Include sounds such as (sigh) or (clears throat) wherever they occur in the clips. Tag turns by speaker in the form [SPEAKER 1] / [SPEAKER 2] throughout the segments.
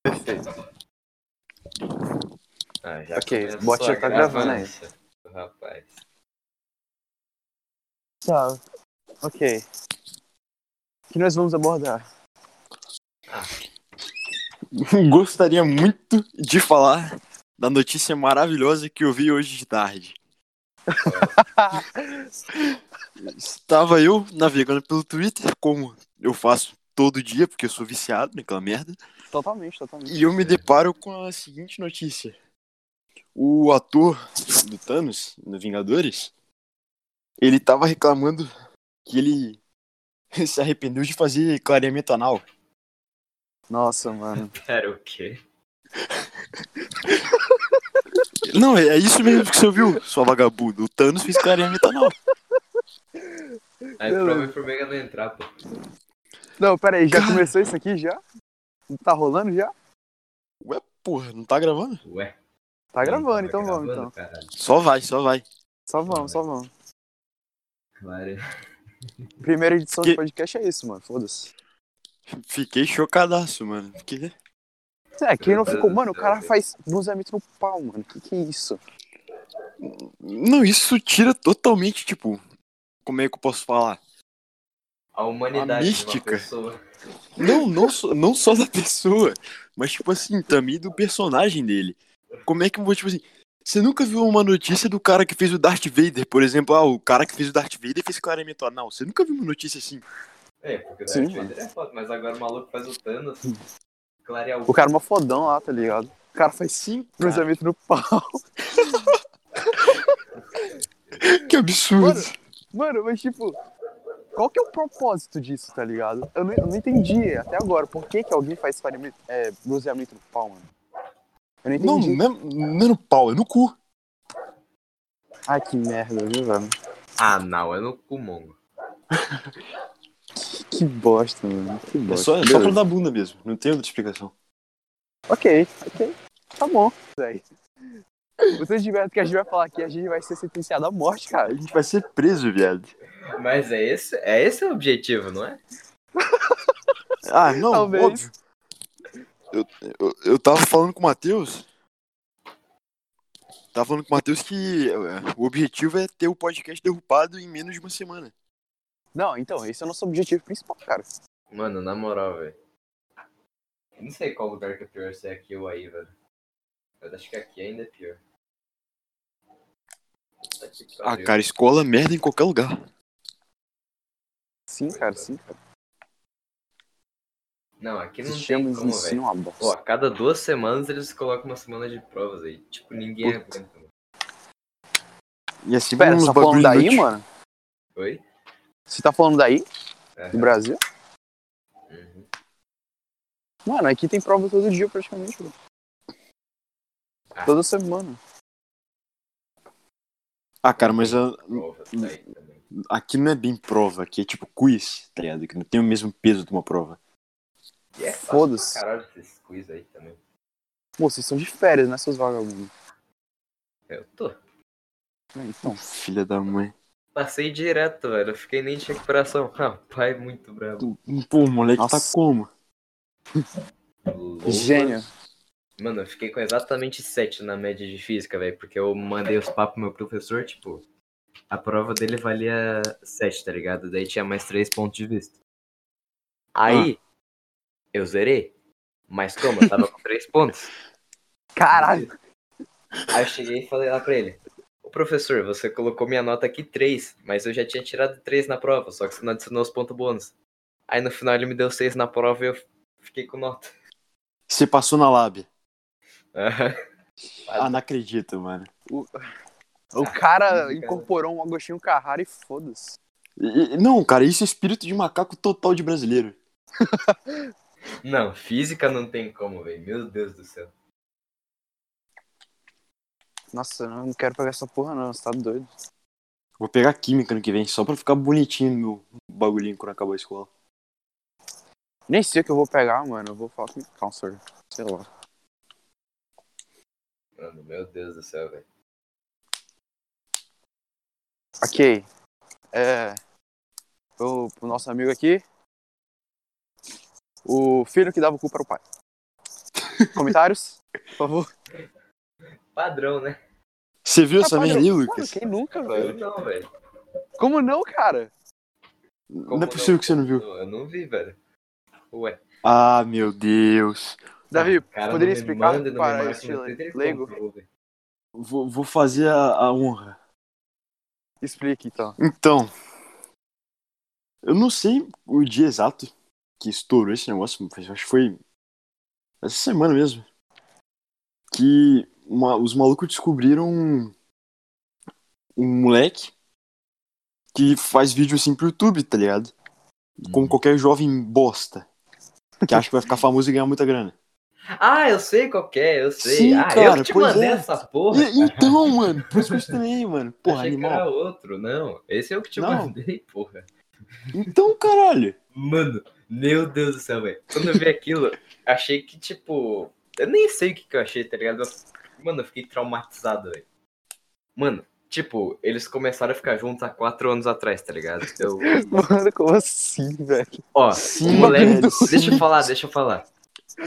[SPEAKER 1] Perfeito.
[SPEAKER 2] Ah, já
[SPEAKER 1] Ok,
[SPEAKER 2] começou
[SPEAKER 1] o bot já
[SPEAKER 2] a
[SPEAKER 1] tá gravando aí.
[SPEAKER 2] gravança, Rapaz.
[SPEAKER 1] Tá. Ok. O que nós vamos abordar?
[SPEAKER 3] (laughs) Gostaria muito de falar da notícia maravilhosa que eu vi hoje de tarde. Estava eu navegando pelo Twitter, como eu faço todo dia, porque eu sou viciado naquela merda,
[SPEAKER 1] Totalmente, totalmente.
[SPEAKER 3] e eu me deparo com a seguinte notícia. O ator do Thanos, no Vingadores, ele tava reclamando que ele (laughs) se arrependeu de fazer clareamento anal.
[SPEAKER 1] Nossa, mano.
[SPEAKER 2] Pera, o quê?
[SPEAKER 3] Não, é é isso mesmo que você ouviu, sua vagabundo. O Thanos fez clareamento anal.
[SPEAKER 2] Aí
[SPEAKER 1] Beleza.
[SPEAKER 2] prova é pro Mega não entrar, pô.
[SPEAKER 1] Não, pera aí, já
[SPEAKER 3] Cara.
[SPEAKER 1] começou isso aqui já? Tá rolando já?
[SPEAKER 3] Ué, porra, não tá gravando?
[SPEAKER 2] Ué.
[SPEAKER 1] Tá gravando,
[SPEAKER 2] tá
[SPEAKER 1] então vamos,
[SPEAKER 2] gravando,
[SPEAKER 1] então.
[SPEAKER 2] Caralho.
[SPEAKER 3] Só vai, só vai.
[SPEAKER 1] Só vamos, só vamos.
[SPEAKER 2] Claro.
[SPEAKER 1] Primeira edição do
[SPEAKER 3] Que-
[SPEAKER 1] podcast é isso, mano. Foda-se.
[SPEAKER 3] Fiquei chocadaço, mano. Fiquei-
[SPEAKER 1] É, quem
[SPEAKER 2] Meu
[SPEAKER 1] não
[SPEAKER 2] Deus
[SPEAKER 1] ficou,
[SPEAKER 2] do
[SPEAKER 1] mano, o
[SPEAKER 2] céu,
[SPEAKER 1] cara
[SPEAKER 2] velho.
[SPEAKER 1] faz bronzeamento no pau, mano. Que que é isso?
[SPEAKER 3] Não, isso tira totalmente, tipo. Como é que eu posso falar?
[SPEAKER 2] A humanidade
[SPEAKER 3] A
[SPEAKER 2] de uma
[SPEAKER 3] mística.
[SPEAKER 2] pessoa.
[SPEAKER 3] Não, não, só, não só da pessoa, mas, tipo assim, também do personagem dele. Como é que eu vou, tipo assim. Você nunca viu uma notícia do cara que fez o Darth Vader, por exemplo? Ah, o cara que fez o Darth Vader fez clareamento anal. Você nunca viu uma notícia assim?
[SPEAKER 2] É, porque o
[SPEAKER 1] Sim,
[SPEAKER 2] Darth
[SPEAKER 1] mano.
[SPEAKER 2] Vader é foda, mas agora o maluco faz o Thanos. Clarear o...
[SPEAKER 1] O cara é mó fodão lá, tá ligado? O cara faz
[SPEAKER 3] Sim, cara.
[SPEAKER 1] bronzeamento no pau.
[SPEAKER 3] Que absurdo.
[SPEAKER 1] Mano, mas tipo, qual que é o propósito disso, tá ligado? Eu não, eu não entendi até agora. Por que, que alguém faz farimento- é, bronzeamento no pau, mano? Eu não
[SPEAKER 3] Não,
[SPEAKER 1] entendi.
[SPEAKER 3] não é, não é no pau, é no cu.
[SPEAKER 1] Ai, que merda, viu, velho?
[SPEAKER 2] Ah, não, é no Kumongo.
[SPEAKER 1] Que bosta, mano. Que
[SPEAKER 3] É
[SPEAKER 1] bosta.
[SPEAKER 3] só, é só pra dar bunda mesmo, não tem outra explicação.
[SPEAKER 1] Ok, ok. Tá bom. Véi. Vocês tiveram que a gente vai falar aqui, a gente vai ser sentenciado à morte,
[SPEAKER 3] A
[SPEAKER 1] cara.
[SPEAKER 3] gente vai ser preso, viado.
[SPEAKER 2] Mas é esse, é esse o objetivo, não é?
[SPEAKER 3] Ah, não,
[SPEAKER 1] Talvez.
[SPEAKER 3] óbvio. Eu, eu, eu tava falando com o Matheus. Tava falando com o Matheus que é, o objetivo é ter o podcast derrubado em menos de uma semana.
[SPEAKER 1] Não, então, esse é o nosso objetivo principal, cara.
[SPEAKER 2] Mano, na moral, velho. Eu Não sei qual lugar que é pior, se é aqui ou aí, velho. Mas acho que aqui ainda é pior. Puta que
[SPEAKER 3] Ah,
[SPEAKER 2] pariu.
[SPEAKER 3] cara, escola é merda em qualquer lugar.
[SPEAKER 1] Sim, cara, sim. cara.
[SPEAKER 2] Não, aqui não tem
[SPEAKER 1] Sistema de
[SPEAKER 2] como, velho.
[SPEAKER 1] ensino uma bosta.
[SPEAKER 2] Pô, a cada duas semanas eles colocam uma semana de provas aí. Tipo, ninguém aguenta. mano.
[SPEAKER 3] E assim,
[SPEAKER 1] Pera,
[SPEAKER 3] uns
[SPEAKER 1] você tá
[SPEAKER 3] bagulho
[SPEAKER 1] falando daí,
[SPEAKER 3] inútil.
[SPEAKER 1] mano?
[SPEAKER 2] Oi?
[SPEAKER 1] Você tá falando daí?
[SPEAKER 2] É.
[SPEAKER 1] Do Brasil?
[SPEAKER 2] Uhum.
[SPEAKER 1] Mano, aqui tem prova todo dia praticamente, mano.
[SPEAKER 2] Ah.
[SPEAKER 1] Toda semana.
[SPEAKER 3] Ah, cara, mas ah,
[SPEAKER 2] Prova, tá aí também.
[SPEAKER 3] aqui não é bem prova, aqui é tipo quiz, tá ligado? Que não tem o mesmo peso de uma prova.
[SPEAKER 2] E é fácil pra
[SPEAKER 1] Foda-se.
[SPEAKER 2] caralho esses quiz aí também.
[SPEAKER 1] Pô, vocês são de férias, né, seus vagabundos?
[SPEAKER 2] Eu tô.
[SPEAKER 1] É, Então,
[SPEAKER 3] Filha da mãe.
[SPEAKER 2] Passei direto, velho. Eu fiquei nem de recuperação. (laughs) Rapaz, muito bravo.
[SPEAKER 3] Pô, o moleque tá
[SPEAKER 1] Nossa.
[SPEAKER 3] como?
[SPEAKER 2] Louva.
[SPEAKER 1] gênio.
[SPEAKER 2] Mano, eu fiquei com exatamente 7 na média de física, velho, porque eu mandei os papos pro meu professor, tipo, a prova dele valia 7, tá ligado? Daí tinha mais 3 pontos de vista. Aí, eu zerei. Mas como? Eu tava com 3 pontos.
[SPEAKER 1] Caralho.
[SPEAKER 2] Aí eu cheguei e falei lá pra ele: Ô professor, você colocou minha nota aqui 3, mas eu já tinha tirado 3 na prova, só que você não adicionou os pontos bônus. Aí no final ele me deu 6 na prova e eu fiquei com nota. (laughs)
[SPEAKER 3] Você passou na lábia.
[SPEAKER 2] Ah,
[SPEAKER 3] Ah, não acredito, mano.
[SPEAKER 1] O cara incorporou um Agostinho Carrara e foda-se.
[SPEAKER 3] E- e- Não, cara, isso é espírito de macaco total de brasileiro.
[SPEAKER 2] Não, física não tem como, velho. Meu Deus do céu.
[SPEAKER 1] Nossa, eu não quero pegar essa porra não, você tá doido.
[SPEAKER 3] Vou pegar química ano que vem, só pra ficar bonitinho no meu bagulhinho quando acabar a escola.
[SPEAKER 1] Nem sei o que eu vou pegar, mano. Eu vou falar com o counselor. Sei lá.
[SPEAKER 2] Mano, meu Deus do céu, velho.
[SPEAKER 1] Ok. É. O, o nosso amigo aqui. O filho que dava o cu para o pai. Comentários, por favor.
[SPEAKER 2] Padrão, né?
[SPEAKER 3] Você
[SPEAKER 1] Ah,
[SPEAKER 3] viu essa
[SPEAKER 1] padrão.
[SPEAKER 3] merda aí,
[SPEAKER 1] Mano,
[SPEAKER 3] Lucas?
[SPEAKER 1] quem nunca,
[SPEAKER 2] Eu
[SPEAKER 1] velho?
[SPEAKER 2] não, velho.
[SPEAKER 1] Como não, cara?
[SPEAKER 3] Não é possível que você não viu.
[SPEAKER 2] Eu não vi, velho. Ué.
[SPEAKER 3] Ah, meu Deus.
[SPEAKER 1] Davi,
[SPEAKER 2] o cara
[SPEAKER 1] poderia
[SPEAKER 2] não me
[SPEAKER 1] explicar
[SPEAKER 2] manda, não me
[SPEAKER 1] para
[SPEAKER 2] marca
[SPEAKER 1] este
[SPEAKER 2] no Twitter, ele
[SPEAKER 1] leigo?
[SPEAKER 2] compra, eu vou ver.
[SPEAKER 3] Vou, vou fazer a, a honra.
[SPEAKER 1] Explique, então.
[SPEAKER 3] Então, eu não sei o dia exato que estourou esse negócio, mas acho que foi essa semana mesmo. Que uma- os malucos descobriram um, um moleque que faz vídeo assim pro YouTube, tá ligado?
[SPEAKER 2] Uhum.
[SPEAKER 3] Como qualquer jovem bosta. Que acha que vai ficar famoso e ganhar muita grana.
[SPEAKER 2] Ah, eu sei qual que é, eu sei.
[SPEAKER 3] Sim,
[SPEAKER 2] ah, eu
[SPEAKER 3] cara,
[SPEAKER 2] que te
[SPEAKER 3] pois
[SPEAKER 2] mandei
[SPEAKER 3] é.
[SPEAKER 2] essa porra.
[SPEAKER 3] E- então, mano, por isso que eu estranhei, mano. Porra,
[SPEAKER 2] Achei que
[SPEAKER 3] animal.
[SPEAKER 2] era outro, não. Esse é o que te
[SPEAKER 3] Não.
[SPEAKER 2] mandei, porra.
[SPEAKER 3] Então, caralho.
[SPEAKER 2] Mano, meu Deus do céu, velho. Quando eu vi aquilo, achei que, tipo. Eu nem sei o que, que eu achei, tá ligado? Mas, Mano, eu fiquei traumatizado, velho. Mano, tipo, eles começaram a ficar juntos há quatro anos atrás, tá ligado? Eu,
[SPEAKER 1] (laughs) Mano, como assim, velho?
[SPEAKER 2] ó,
[SPEAKER 3] Sim,
[SPEAKER 2] o moleque.
[SPEAKER 3] velho,
[SPEAKER 2] Deixa eu
[SPEAKER 3] sim.
[SPEAKER 2] falar, deixa eu falar.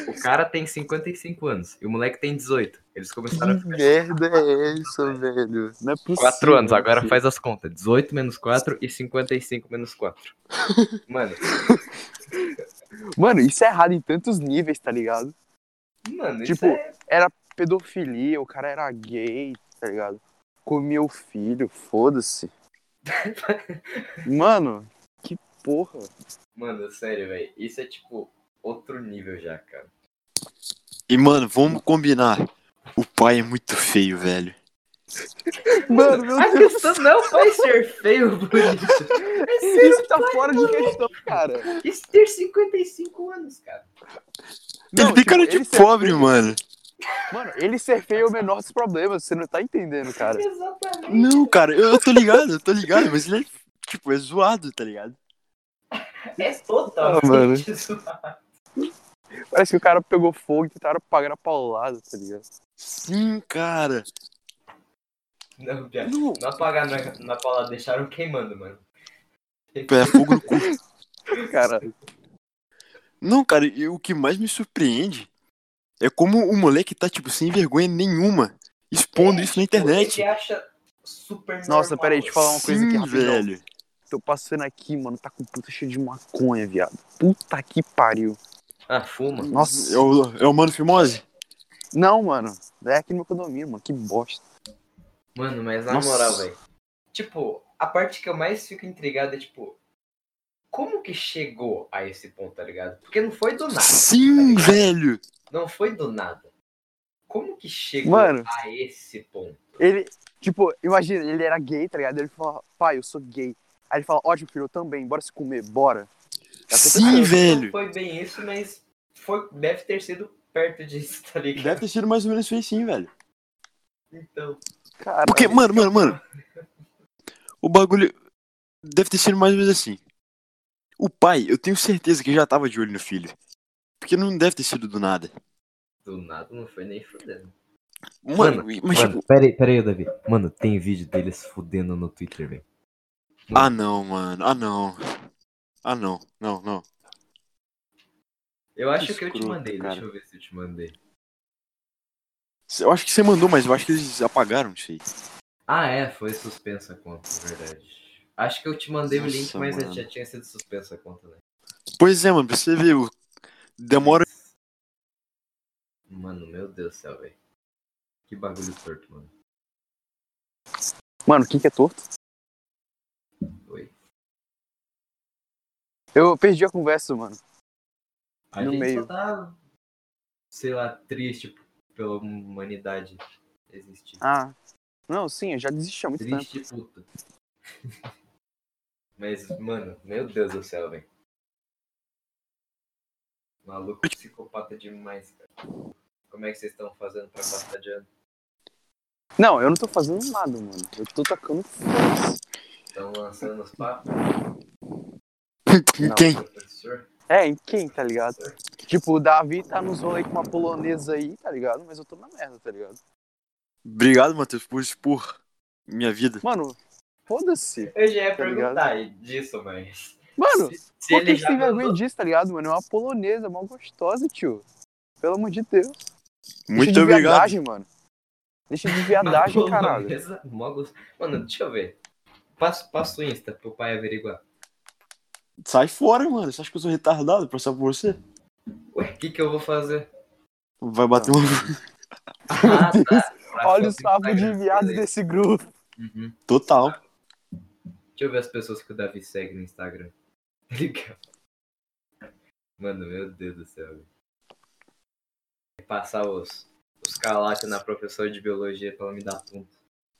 [SPEAKER 2] O cara tem 55 anos e o moleque tem 18. Eles começaram a
[SPEAKER 1] Que merda é essa, velho? Não é possível.
[SPEAKER 2] 4 anos, agora
[SPEAKER 1] velho.
[SPEAKER 2] faz as contas. 18 menos 4 e 55 menos 4. Mano,
[SPEAKER 1] Mano, isso é errado em tantos níveis, tá ligado?
[SPEAKER 2] mano,
[SPEAKER 1] Tipo,
[SPEAKER 2] isso é...
[SPEAKER 1] Pedofilia, o cara era gay, tá ligado? Comia o filho, (laughs) foda-se. Mano, que porra.
[SPEAKER 2] Mano, sério, velho. Isso é tipo outro nível já, cara.
[SPEAKER 3] E, mano, vamos combinar. O pai é muito feio, velho.
[SPEAKER 1] Mano, tá meu
[SPEAKER 2] A
[SPEAKER 1] Deus,
[SPEAKER 2] questão não vai ser feio, bonito. É ser,
[SPEAKER 1] isso tá fora de questão, cara.
[SPEAKER 2] isso ter 55 anos, cara.
[SPEAKER 1] Não,
[SPEAKER 3] ele tem
[SPEAKER 1] tipo,
[SPEAKER 3] cara de
[SPEAKER 1] ele ser
[SPEAKER 3] pobre,
[SPEAKER 1] feio-
[SPEAKER 3] mano.
[SPEAKER 1] Mano, ele ser feio é o menor dos problemas, você não tá entendendo, cara.
[SPEAKER 2] Exatamente.
[SPEAKER 3] Não, cara, eu, eu tô ligado, eu tô ligado, mas ele é, tipo, é zoado, tá ligado?
[SPEAKER 2] É
[SPEAKER 1] Ah, mano.
[SPEAKER 2] totalmente zoado.
[SPEAKER 1] Parece que o cara pegou fogo e tentaram pagar a paulada, tá ligado?
[SPEAKER 3] Sim, cara.
[SPEAKER 2] Não, piada.
[SPEAKER 3] Não,
[SPEAKER 2] Não apagaram na, na palavra, deixaram queimando, mano.
[SPEAKER 3] pega fogo no cu.
[SPEAKER 1] Cara,
[SPEAKER 3] Não, cara, e o que mais me surpreende é como o moleque tá, tipo, sem vergonha nenhuma, expondo isso na internet.
[SPEAKER 2] Ele acha super
[SPEAKER 1] Nossa,
[SPEAKER 2] normal,
[SPEAKER 1] peraí, deixa eu falar uma coisa aqui
[SPEAKER 3] Sim,
[SPEAKER 1] rapidão.
[SPEAKER 3] velho.
[SPEAKER 1] tô passando aqui, mano, tá com puta cheio de maconha, viado. Puta que pariu.
[SPEAKER 2] Ah, fuma.
[SPEAKER 1] Nossa.
[SPEAKER 3] É o, é o Mano Fimose?
[SPEAKER 1] Não, mano. É aqui no meu condomínio, mano. Que bosta.
[SPEAKER 2] Mano, mas na
[SPEAKER 3] Nossa.
[SPEAKER 2] moral, velho. Tipo, a parte que eu mais fico intrigado é, tipo, como que chegou a esse ponto, tá ligado? Porque não foi do nada.
[SPEAKER 3] Sim,
[SPEAKER 2] tá ligado?
[SPEAKER 3] velho.
[SPEAKER 2] Não foi do nada. Como que chegou
[SPEAKER 1] Mano.
[SPEAKER 2] a esse ponto?
[SPEAKER 1] Ele, tipo, imagina, ele era gay, tá ligado? Ele fala, pai, eu sou gay. Aí ele fala, ótimo, filho, eu também, bora se comer, bora. Tá
[SPEAKER 3] Sim,
[SPEAKER 1] acontecendo.
[SPEAKER 2] Não
[SPEAKER 3] velho.
[SPEAKER 2] foi bem isso, mas foi, deve ter sido perto disso, tá ligado?
[SPEAKER 3] Deve ter sido mais ou menos feio sim, velho.
[SPEAKER 2] Então,
[SPEAKER 1] Caralho.
[SPEAKER 3] Porque, mano, mano, mano. O bagulho deve ter sido mais ou menos assim. O pai, eu tenho certeza que já tava de olho no filho. Porque não deve ter sido do nada.
[SPEAKER 2] do nada não foi nem fudendo.
[SPEAKER 3] Mano,
[SPEAKER 2] Mano,
[SPEAKER 3] mas
[SPEAKER 2] Mano,
[SPEAKER 3] tipo.
[SPEAKER 2] peraí, peraí, Davi. Mano, tem vídeo deles fudendo no Twitter, velho.
[SPEAKER 3] Ah não, mano. Ah não. Ah não. Não, não.
[SPEAKER 2] Eu acho
[SPEAKER 3] Que
[SPEAKER 2] que, eu te
[SPEAKER 3] escroto,
[SPEAKER 2] mandei,
[SPEAKER 3] cara.
[SPEAKER 2] deixa eu ver se eu te mandei.
[SPEAKER 3] Eu acho que você mandou, mas eu acho que eles apagaram isso aí.
[SPEAKER 2] Ah, é, foi suspensa a conta, na verdade. Acho que eu te mandei o link,
[SPEAKER 3] Nossa,
[SPEAKER 2] mas
[SPEAKER 3] mano.
[SPEAKER 2] já tinha sido suspensa a conta, né?
[SPEAKER 3] Pois é, mano, pra você ver. o- Demora. (laughs)
[SPEAKER 2] Mano, meu Deus do céu, velho. Que bagulho torto, mano.
[SPEAKER 1] Mano, quem que é torto?
[SPEAKER 2] Oi.
[SPEAKER 1] Eu perdi a conversa, mano.
[SPEAKER 2] A
[SPEAKER 1] No
[SPEAKER 2] gente
[SPEAKER 1] meio.
[SPEAKER 2] só tá, sei lá, triste p- pela humanidade existir.
[SPEAKER 1] Ah. é Não, sim, eu já desisti há muito tempo.
[SPEAKER 2] triste, puta. (laughs) mas, mano, meu Deus do céu, velho. Maluco psicopata demais, cara. Como é que vocês estão fazendo pra passar de ano?
[SPEAKER 1] Não, eu não tô fazendo nada, mano. Eu tô tacando foda.
[SPEAKER 2] Estão lançando os papos?
[SPEAKER 1] Não.
[SPEAKER 3] Quem?
[SPEAKER 2] Professor?
[SPEAKER 1] É, em quem, tá ligado? Tipo, o Davi tá nos rolê com uma polonesa aí, tá ligado? Mas eu tô na merda, tá ligado?
[SPEAKER 3] Obrigado, Matheus, por expor minha vida.
[SPEAKER 1] Mano, foda-se.
[SPEAKER 2] Eu já ia
[SPEAKER 1] Tá
[SPEAKER 2] perguntar disso, mas.
[SPEAKER 1] Mano,
[SPEAKER 2] se, se
[SPEAKER 1] por que
[SPEAKER 2] ele
[SPEAKER 1] que
[SPEAKER 2] já
[SPEAKER 1] tem vergonha
[SPEAKER 2] mandou-
[SPEAKER 1] disso, tá ligado, mano? É uma polonesa, mal gostosa, tio. Pelo amor de Deus. Deixa
[SPEAKER 3] Muito
[SPEAKER 1] de
[SPEAKER 3] obrigado.
[SPEAKER 1] viadagem, mano. Deixa
[SPEAKER 2] (laughs)
[SPEAKER 1] de viadagem,
[SPEAKER 2] Mó
[SPEAKER 1] caralho.
[SPEAKER 2] beleza, mó gosto. Mano, deixa eu ver. Passa, passa o Insta pro pai averiguar.
[SPEAKER 3] Sai fora, mano. Você acha que eu sou retardado pra passar por você?
[SPEAKER 2] Ué, o que que eu vou
[SPEAKER 1] (laughs)
[SPEAKER 2] fazer?
[SPEAKER 3] Vai bater uma. (laughs)
[SPEAKER 2] Ah, tá. Pra
[SPEAKER 1] Olha o
[SPEAKER 2] foto do
[SPEAKER 1] sapo de
[SPEAKER 2] Instagram,
[SPEAKER 1] viado
[SPEAKER 2] beleza.
[SPEAKER 1] desse grupo.
[SPEAKER 2] Uhum.
[SPEAKER 3] Total.
[SPEAKER 2] Deixa eu ver as pessoas que o Davi segue no Instagram. (laughs) Tá ligado? Mano, meu Deus do céu. velho. Passar os, os calates na professora de biologia pra ela me dar ponto.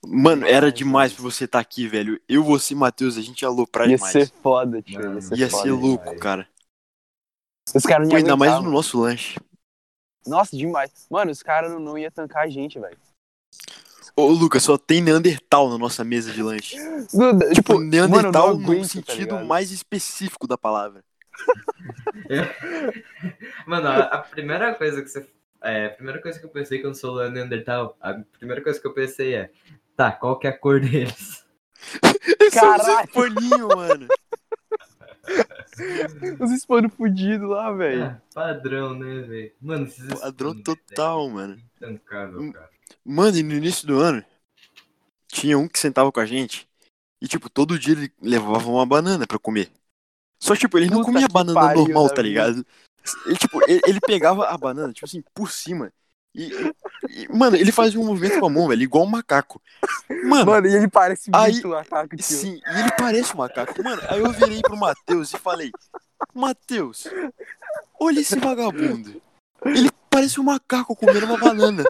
[SPEAKER 3] Mano, era demais pra você estar aqui, velho. Eu, você e Matheus, a gente ia aloprar
[SPEAKER 1] Ia
[SPEAKER 3] Tá demais.
[SPEAKER 1] ser foda, tio.
[SPEAKER 2] Mano,
[SPEAKER 1] ia ser
[SPEAKER 3] Ia
[SPEAKER 1] foda.
[SPEAKER 3] ser louco,
[SPEAKER 2] demais.
[SPEAKER 3] cara.
[SPEAKER 1] Os caras
[SPEAKER 3] Pô,
[SPEAKER 1] não
[SPEAKER 3] ainda
[SPEAKER 1] iam
[SPEAKER 3] mais um no nosso lanche.
[SPEAKER 1] Nossa, demais. Mano, os caras não, não iam tancar a gente, velho.
[SPEAKER 3] Ô, Lucas, só tem Neandertal na nossa mesa de lanche. Tipo,
[SPEAKER 1] Tipo,
[SPEAKER 3] Neandertal
[SPEAKER 1] mano, não aguento,
[SPEAKER 3] no
[SPEAKER 1] tá
[SPEAKER 3] sentido
[SPEAKER 1] ligado?
[SPEAKER 3] mais específico da palavra.
[SPEAKER 2] Mano, a, a primeira coisa que você. É, a primeira coisa que eu pensei quando sou o Neandertal, a primeira coisa que eu pensei é. Tá, qual que é a cor deles?
[SPEAKER 1] Caralho.
[SPEAKER 3] Caralho! paninho, mano.
[SPEAKER 1] os hispanos fudidos lá, velho.
[SPEAKER 2] Ah, padrão, né, velho? Mano, esses
[SPEAKER 3] Padrão
[SPEAKER 2] espanhóis,
[SPEAKER 3] total, mano.
[SPEAKER 2] velho, Intancável,
[SPEAKER 3] Hum.
[SPEAKER 2] cara. (laughs)
[SPEAKER 3] Mano, e no início do ano, tinha um que sentava com a gente. E, tipo, todo dia ele levava uma banana pra comer. Só, tipo, ele não
[SPEAKER 1] Puta
[SPEAKER 3] comia
[SPEAKER 1] que
[SPEAKER 3] banana
[SPEAKER 1] pariu,
[SPEAKER 3] normal, tá
[SPEAKER 1] Davi.
[SPEAKER 3] ligado? Ele, tipo, ele, ele pegava a banana, tipo assim, por cima. E, e- mano, ele fazia um movimento com a mão, velho, igual um macaco. Mano,
[SPEAKER 1] Mano, e ele parece
[SPEAKER 3] Aí-
[SPEAKER 1] muito um ataque, tio.
[SPEAKER 3] sim, e ele parece um macaco. Mano, aí eu virei pro Matheus e falei: Matheus, olha esse vagabundo. Ele parece um macaco comendo uma banana.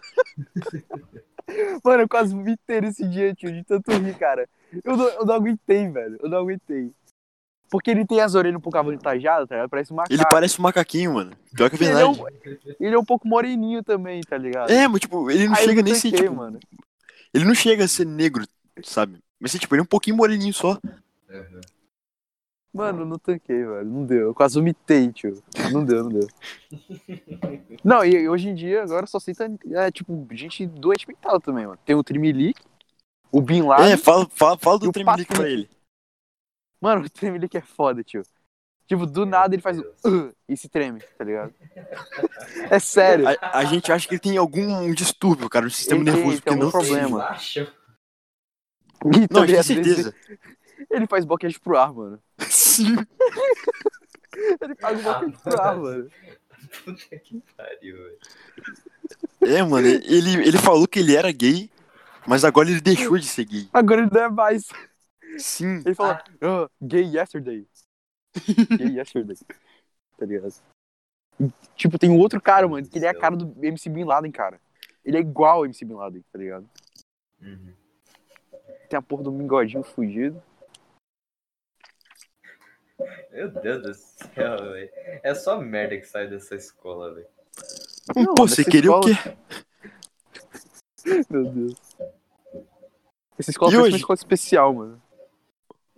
[SPEAKER 1] Mano, eu quase vomitei nesse dia, tio, de tanto rir, cara. Eu não, eu não aguentei, velho. Eu não aguentei. Porque ele tem as orelhas um pouco avantajadas, tá ligado? Parece um macaco.
[SPEAKER 3] Ele parece um macaquinho, mano. Pior que é
[SPEAKER 1] Ele é
[SPEAKER 3] verdade.
[SPEAKER 1] um- Ele é um pouco moreninho também, tá ligado?
[SPEAKER 3] É, mas tipo, ele não
[SPEAKER 1] Aí eu
[SPEAKER 3] chega nem a ser,
[SPEAKER 1] tanquei,
[SPEAKER 3] tipo,
[SPEAKER 1] mano.
[SPEAKER 3] ele não chega a ser negro, sabe? Mas assim, tipo, ele é um pouquinho moreninho só.
[SPEAKER 2] Aham.
[SPEAKER 1] Mano, eu não tanquei, velho. Não deu. Eu quase vomitei, tio. Não deu, não deu. Não, e hoje em dia, agora eu só aceita, é, tipo, gente doente mental também, mano. Tem o Trimilic, o Bin Laden.
[SPEAKER 3] É, fala, fala, fala
[SPEAKER 1] Tá. E
[SPEAKER 3] do
[SPEAKER 1] o é
[SPEAKER 3] Tremelique
[SPEAKER 1] Patrick?
[SPEAKER 3] pra ele.
[SPEAKER 1] Mano, o Tremelique é foda, tio. Tipo, do nada ele faz o... "Ugh", e se treme, tá ligado? É sério.
[SPEAKER 3] A, a gente acha que ele tem algum distúrbio, cara, no sistema
[SPEAKER 1] Ele tem,
[SPEAKER 3] nervoso.
[SPEAKER 1] ele tem
[SPEAKER 3] porque não
[SPEAKER 1] algum problema.
[SPEAKER 2] Acha?
[SPEAKER 1] E
[SPEAKER 3] Não, a
[SPEAKER 1] também,
[SPEAKER 3] gente tem
[SPEAKER 1] às vezes,
[SPEAKER 3] certeza. (laughs)
[SPEAKER 1] Ele faz boquete pro ar, mano.
[SPEAKER 3] Sim.
[SPEAKER 1] Ele faz
[SPEAKER 2] Ah,
[SPEAKER 1] boquete pro ar, mano.
[SPEAKER 2] Puta que pariu, velho.
[SPEAKER 3] É, mano, ele, ele falou que ele era gay, mas agora ele deixou de ser gay.
[SPEAKER 1] Agora ele não é mais.
[SPEAKER 3] Sim.
[SPEAKER 1] Ele fala, "Ah, gay yesterday. gay yesterday. Tá ligado? E, Tipo, tem um outro cara, mano, que ele é a cara do MC Bin Laden, cara. Ele é igual ao MC Bin Laden, tá ligado?
[SPEAKER 2] Uhum.
[SPEAKER 1] Tem a porra do mingodinho fugido.
[SPEAKER 2] Meu Deus do céu, velho. É só merda que sai dessa escola, velho.
[SPEAKER 1] Não,
[SPEAKER 3] Pô,
[SPEAKER 1] mas é
[SPEAKER 3] você
[SPEAKER 1] essa
[SPEAKER 3] queria o
[SPEAKER 1] escola-
[SPEAKER 3] quê? (laughs)
[SPEAKER 1] Meu Deus. Essa escola
[SPEAKER 3] E
[SPEAKER 1] parece uma
[SPEAKER 3] hoje?
[SPEAKER 1] escola especial, mano.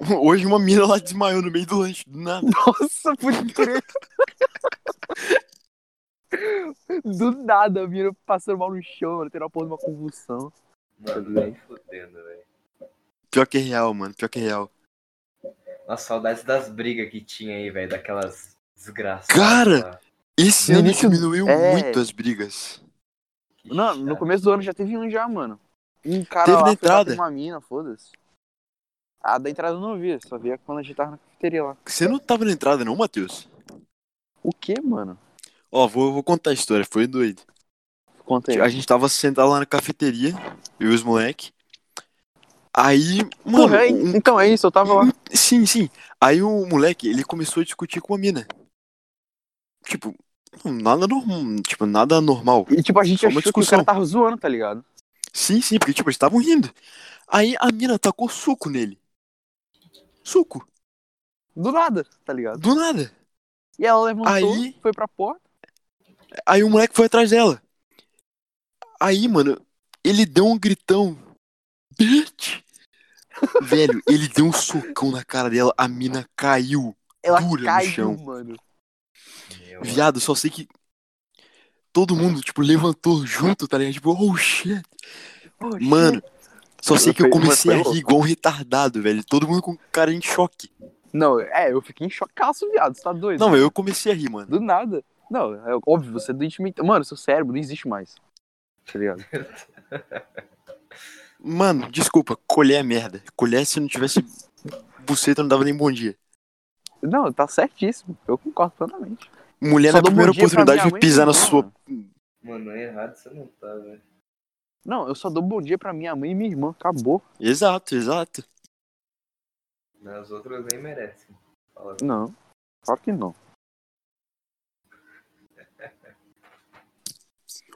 [SPEAKER 1] (laughs)
[SPEAKER 3] Hoje uma mina lá desmaiou no meio do lanche, do nada.
[SPEAKER 1] (laughs) Nossa, pode crer. Do nada, a mina passando mal no chão, mano, tendo a porra de uma convulsão.
[SPEAKER 2] Mano, nem fudendo, velho.
[SPEAKER 3] Pior que é real, mano, pior que é real.
[SPEAKER 2] Nossa, saudades das brigas que tinha aí, velho. Daquelas desgraças.
[SPEAKER 3] Cara! Esse
[SPEAKER 1] No
[SPEAKER 3] ano
[SPEAKER 1] início-
[SPEAKER 3] diminuiu
[SPEAKER 1] é.
[SPEAKER 3] muito as brigas.
[SPEAKER 1] Não, no começo do ano já teve um já, mano. Um cara
[SPEAKER 3] Teve
[SPEAKER 1] lá
[SPEAKER 3] na
[SPEAKER 1] foi
[SPEAKER 3] entrada?
[SPEAKER 1] bater uma mina, foda-se. Ah, da entrada eu não via, só via quando a gente tava na cafeteria lá.
[SPEAKER 3] Você não tava na entrada, não, Matheus?
[SPEAKER 1] O que, mano?
[SPEAKER 3] Ó, vou, vou contar a história, foi doido.
[SPEAKER 1] Conta aí.
[SPEAKER 3] A gente tava sentado lá na cafeteria, eu e os moleque. Aí, mano,
[SPEAKER 1] Porra, é-
[SPEAKER 3] um-
[SPEAKER 1] então é isso, eu
[SPEAKER 3] (laughs)
[SPEAKER 1] tava lá.
[SPEAKER 3] sim, sim. Aí o moleque, ele começou a discutir com a mina. Tipo, nada normal, tipo, nada normal.
[SPEAKER 1] E tipo, a gente
[SPEAKER 3] Só uma
[SPEAKER 1] achou que o
[SPEAKER 3] discussão.
[SPEAKER 1] cara tava zoando, tá ligado?
[SPEAKER 3] Sim, sim, porque tipo, eles estavam rindo. Aí a mina tacou suco nele. Suco,
[SPEAKER 1] Do nada, tá ligado?
[SPEAKER 3] do nada.
[SPEAKER 1] E ela levantou,
[SPEAKER 3] Aí-
[SPEAKER 1] foi pra porta.
[SPEAKER 3] Aí o moleque foi atrás dela. Aí, mano, ele deu um gritão.
[SPEAKER 1] (laughs)
[SPEAKER 3] Bitch! Velho, ele deu um socão na cara dela, a mina caiu.
[SPEAKER 1] Ela
[SPEAKER 3] Dura no
[SPEAKER 1] caiu,
[SPEAKER 3] chão.
[SPEAKER 1] mano.
[SPEAKER 2] Meu,
[SPEAKER 3] Viado, só sei que todo mundo, tipo, levantou junto, tá ligado? Tipo, oh shit.
[SPEAKER 1] Poxa.
[SPEAKER 3] Mano, só sei que eu
[SPEAKER 1] Mas foi
[SPEAKER 3] comecei a
[SPEAKER 1] louco.
[SPEAKER 3] rir igual um retardado, velho. Todo mundo com cara em choque.
[SPEAKER 1] Não, é, eu fiquei em chocaço, viado. Você tá doido?
[SPEAKER 3] Não, eu comecei a rir, mano.
[SPEAKER 1] Do nada. Não, é óbvio, você é doente mental. Mano, seu cérebro não existe mais. tá ligado?
[SPEAKER 3] Mano, desculpa, colher é merda. Colher se não tivesse buceta não dava nem bom dia.
[SPEAKER 1] Não, tá certíssimo. Eu concordo plenamente.
[SPEAKER 3] Mulher
[SPEAKER 1] Só
[SPEAKER 3] é na
[SPEAKER 1] dou bom
[SPEAKER 3] primeira
[SPEAKER 1] dia pra
[SPEAKER 3] oportunidade
[SPEAKER 1] minha
[SPEAKER 3] vai
[SPEAKER 1] mãe, né?
[SPEAKER 3] pisar na
[SPEAKER 1] não,
[SPEAKER 3] sua.
[SPEAKER 2] Mano, errado você não tá, velho.
[SPEAKER 1] Não, eu só dou bom dia pra minha mãe e minha irmã. Acabou.
[SPEAKER 3] Exato, exato.
[SPEAKER 2] Nas outras nem merecem. Fala.
[SPEAKER 1] Não. Claro que não.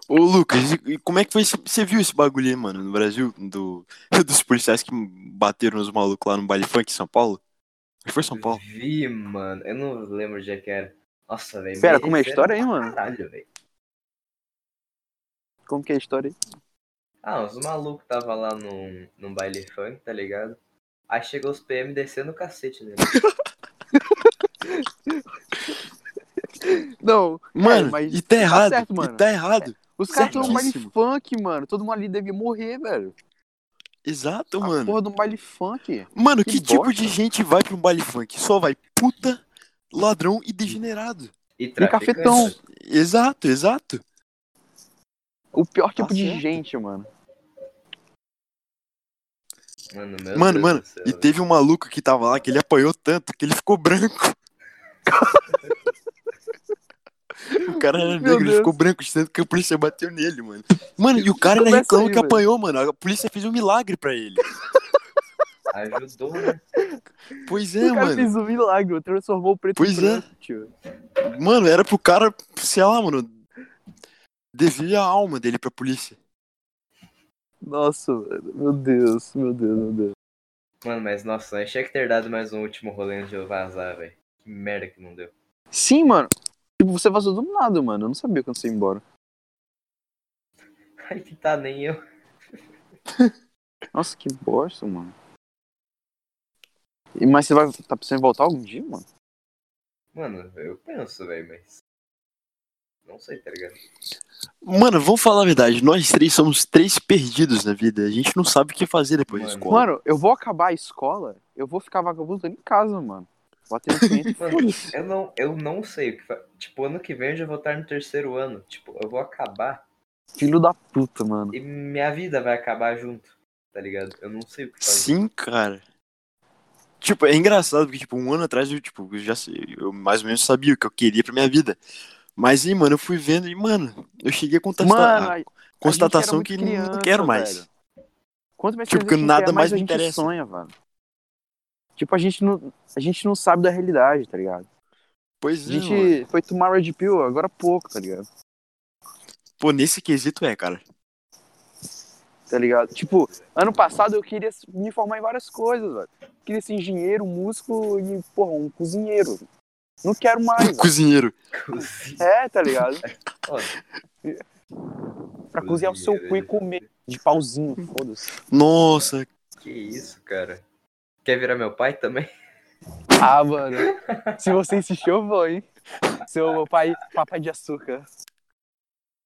[SPEAKER 3] Ô Lucas, e, e como é que foi? esse- Você viu esse bagulho aí, mano, no Brasil? Do, (laughs) dos policiais que bateram nos malucos lá no baile funk em São Paulo? Acho que foi São Paulo.
[SPEAKER 2] Vi, mano. Eu não lembro onde é que era. Nossa, velho.
[SPEAKER 1] Pera,
[SPEAKER 2] me
[SPEAKER 1] como é a história aí,
[SPEAKER 2] pra
[SPEAKER 1] mano?
[SPEAKER 2] Caralho, velho.
[SPEAKER 1] Como que é a história aí?
[SPEAKER 2] Ah, os malucos tava lá num, num baile funk, tá ligado? Aí chegou os PM descendo o cacete né? nele.
[SPEAKER 1] Não,
[SPEAKER 3] Mano,
[SPEAKER 1] É, mas
[SPEAKER 3] e tá errado.
[SPEAKER 1] certo,
[SPEAKER 3] E
[SPEAKER 1] mano.
[SPEAKER 3] tá errado.
[SPEAKER 1] os caras estão no baile
[SPEAKER 3] Certíssimo.
[SPEAKER 1] funk, mano. Todo mundo ali devia morrer, velho.
[SPEAKER 3] Exato,
[SPEAKER 1] A
[SPEAKER 3] mano.
[SPEAKER 1] porra do baile funk.
[SPEAKER 3] Mano,
[SPEAKER 1] Ah, que
[SPEAKER 3] que, tipo
[SPEAKER 1] bosta.
[SPEAKER 3] de gente vai pra um baile funk? Só vai puta, ladrão e degenerado.
[SPEAKER 2] E
[SPEAKER 1] E
[SPEAKER 2] traficante.
[SPEAKER 1] cafetão.
[SPEAKER 3] Exato, exato.
[SPEAKER 1] O pior tipo de
[SPEAKER 3] Tá certo.
[SPEAKER 1] gente, mano.
[SPEAKER 2] Mano, meu
[SPEAKER 3] Mano,
[SPEAKER 2] Deus
[SPEAKER 3] mano,
[SPEAKER 2] do céu,
[SPEAKER 3] E
[SPEAKER 2] velho.
[SPEAKER 3] teve um maluco que tava lá que ele apanhou tanto que ele ficou branco. o cara era
[SPEAKER 1] Meu
[SPEAKER 3] negro, ele
[SPEAKER 1] Deus.
[SPEAKER 3] ficou branco de tanto que a polícia bateu nele, mano. Mano, e o cara ainda
[SPEAKER 1] Começa
[SPEAKER 3] reclamou
[SPEAKER 1] aí,
[SPEAKER 3] que
[SPEAKER 1] velho.
[SPEAKER 3] apanhou, mano. A polícia fez um milagre pra ele.
[SPEAKER 2] Ajudou, né?
[SPEAKER 3] Pois
[SPEAKER 1] o
[SPEAKER 3] é,
[SPEAKER 1] cara
[SPEAKER 3] mano.
[SPEAKER 1] fez um milagre, transformou o preto
[SPEAKER 3] Pois
[SPEAKER 1] em
[SPEAKER 3] é.
[SPEAKER 1] branco, tio.
[SPEAKER 3] Mano, era pro cara, sei lá, mano. Devia a alma dele pra polícia.
[SPEAKER 1] Nossa, velho. meu Deus, meu Deus, meu Deus.
[SPEAKER 2] Mano, mas nossa, eu achei que ter dado mais um último rolê antes de eu vazar, velho. Que merda que não deu. (laughs)
[SPEAKER 1] Sim, mano. Tipo, você vazou do nada, mano. Eu não sabia quando você ia embora.
[SPEAKER 2] Ai, que tá nem eu.
[SPEAKER 1] Nossa, que bosta, mano. E- Mas você vai. Tá precisando voltar algum dia, mano?
[SPEAKER 2] Mano, eu penso, velho, mas. Não sei, tá ligado?
[SPEAKER 3] Mano, vamos falar a verdade. Nós três somos três perdidos na vida. A gente não sabe o que fazer depois da
[SPEAKER 2] Mano.
[SPEAKER 3] escola.
[SPEAKER 1] Mano, eu vou acabar a escola, eu vou ficar vagabundo em casa, mano. Batendo cliente
[SPEAKER 3] (laughs)
[SPEAKER 1] e
[SPEAKER 2] Mano,
[SPEAKER 1] foda-se.
[SPEAKER 2] eu não, eu não sei o que fa... Tipo, ano que vem eu já vou estar no terceiro ano. Tipo, eu vou acabar
[SPEAKER 1] Filho da puta, mano.
[SPEAKER 2] e minha vida vai acabar junto, tá ligado? Eu não sei o que fazer.
[SPEAKER 3] Sim, cara. Tipo, é engraçado, porque, tipo, um ano atrás eu, tipo, eu já sei- eu mais ou menos sabia o que eu queria pra minha vida. Mas aí, mano, eu fui vendo e, mano, eu cheguei a constata-
[SPEAKER 1] Mano, a- a gente
[SPEAKER 3] a constatação
[SPEAKER 1] era
[SPEAKER 3] que
[SPEAKER 1] muito
[SPEAKER 3] não
[SPEAKER 1] criança,
[SPEAKER 3] quero mais.
[SPEAKER 1] velho. Quanto mais
[SPEAKER 3] Tipo,
[SPEAKER 1] crescer,
[SPEAKER 3] que
[SPEAKER 1] a gente
[SPEAKER 3] nada
[SPEAKER 1] quer,
[SPEAKER 3] mais
[SPEAKER 1] a
[SPEAKER 3] me
[SPEAKER 1] gente
[SPEAKER 3] interessa.
[SPEAKER 1] sonha, velho. Tipo, a gente, não, a gente não sabe da realidade, tá ligado?
[SPEAKER 3] Pois
[SPEAKER 1] A
[SPEAKER 3] é, mano.
[SPEAKER 1] gente foi tomar Red Pill agora há pouco, tá ligado?
[SPEAKER 3] Pô, nesse quesito é, cara.
[SPEAKER 1] tá ligado? Tipo, ano passado eu queria me formar em várias coisas, velho. Queria ser engenheiro, músico e, porra, um cozinheiro. Não quero mais. velho.
[SPEAKER 3] Cozinheiro.
[SPEAKER 2] Cozinha.
[SPEAKER 1] É, tá ligado?
[SPEAKER 2] Ó,
[SPEAKER 1] Pra cozinhar o seu cu e
[SPEAKER 2] Cozinheiro.
[SPEAKER 1] comer de pauzinho, foda-se.
[SPEAKER 3] Nossa,
[SPEAKER 2] que isso, cara? Quer virar meu pai também?
[SPEAKER 1] Ah, mano. Se você insistir, eu vou, hein? Seu pai, papai de açúcar.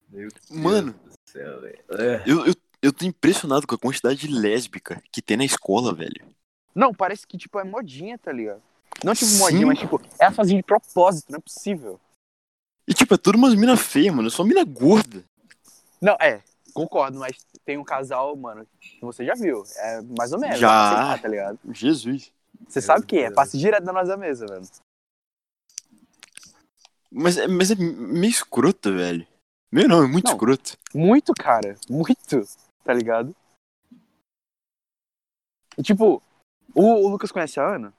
[SPEAKER 2] Meu Deus
[SPEAKER 3] Mano.
[SPEAKER 2] do céu, velho. Ah,
[SPEAKER 3] eu, eu, eu tô impressionado com a quantidade de lésbica que tem na escola, velho.
[SPEAKER 1] Não, parece que, tipo, é modinha, tá ligado? Não tipo
[SPEAKER 3] Sim.
[SPEAKER 1] modinha, mas tipo, ela fazia de propósito, não é possível.
[SPEAKER 3] E, tipo, é tudo umas mina feia, mano. Só mina gorda.
[SPEAKER 1] Não, é, concordo, mas tem um casal, mano, que você já viu. É mais ou menos.
[SPEAKER 3] Já.
[SPEAKER 1] sei lá, tá ligado?
[SPEAKER 3] Jesus.
[SPEAKER 1] Você
[SPEAKER 2] Meu
[SPEAKER 1] sabe quem é?
[SPEAKER 2] Deus.
[SPEAKER 1] Passa direto da nossa mesa, velho.
[SPEAKER 3] Mas, é- mas é meio escroto, velho. Meu não, é muito
[SPEAKER 1] Não.
[SPEAKER 3] escroto.
[SPEAKER 1] Muito, cara. Muito. Tá ligado? E, tipo, o, o Lucas conhece a Ana?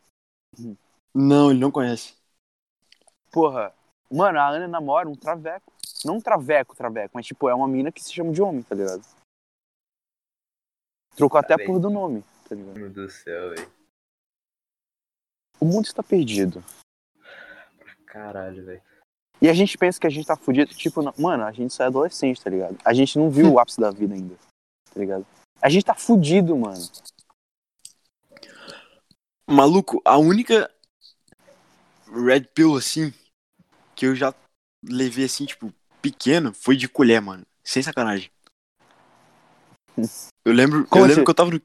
[SPEAKER 3] Não, ele não conhece.
[SPEAKER 1] Porra. Mano, a Ana namora um traveco. Não um traveco, traveco, mas tipo, é uma mina que se chama de homem, tá ligado? Trocou até a
[SPEAKER 2] bem.
[SPEAKER 1] porra do nome, tá ligado?
[SPEAKER 2] Meu Deus do céu, velho.
[SPEAKER 1] O mundo está perdido.
[SPEAKER 2] Caralho, velho.
[SPEAKER 1] E a gente pensa que a gente tá fudido. Tipo, não- mano, a gente só é adolescente, tá ligado? A gente não viu o ápice da vida ainda, tá ligado? A gente tá fudido, (laughs) mano.
[SPEAKER 3] Maluco, a única Red Pill, assim, que eu já levei, assim, tipo, pequeno, foi de colher, mano. Sem sacanagem. Eu lembro,
[SPEAKER 1] Como
[SPEAKER 3] eu lembro
[SPEAKER 1] assim?
[SPEAKER 3] que eu tava no,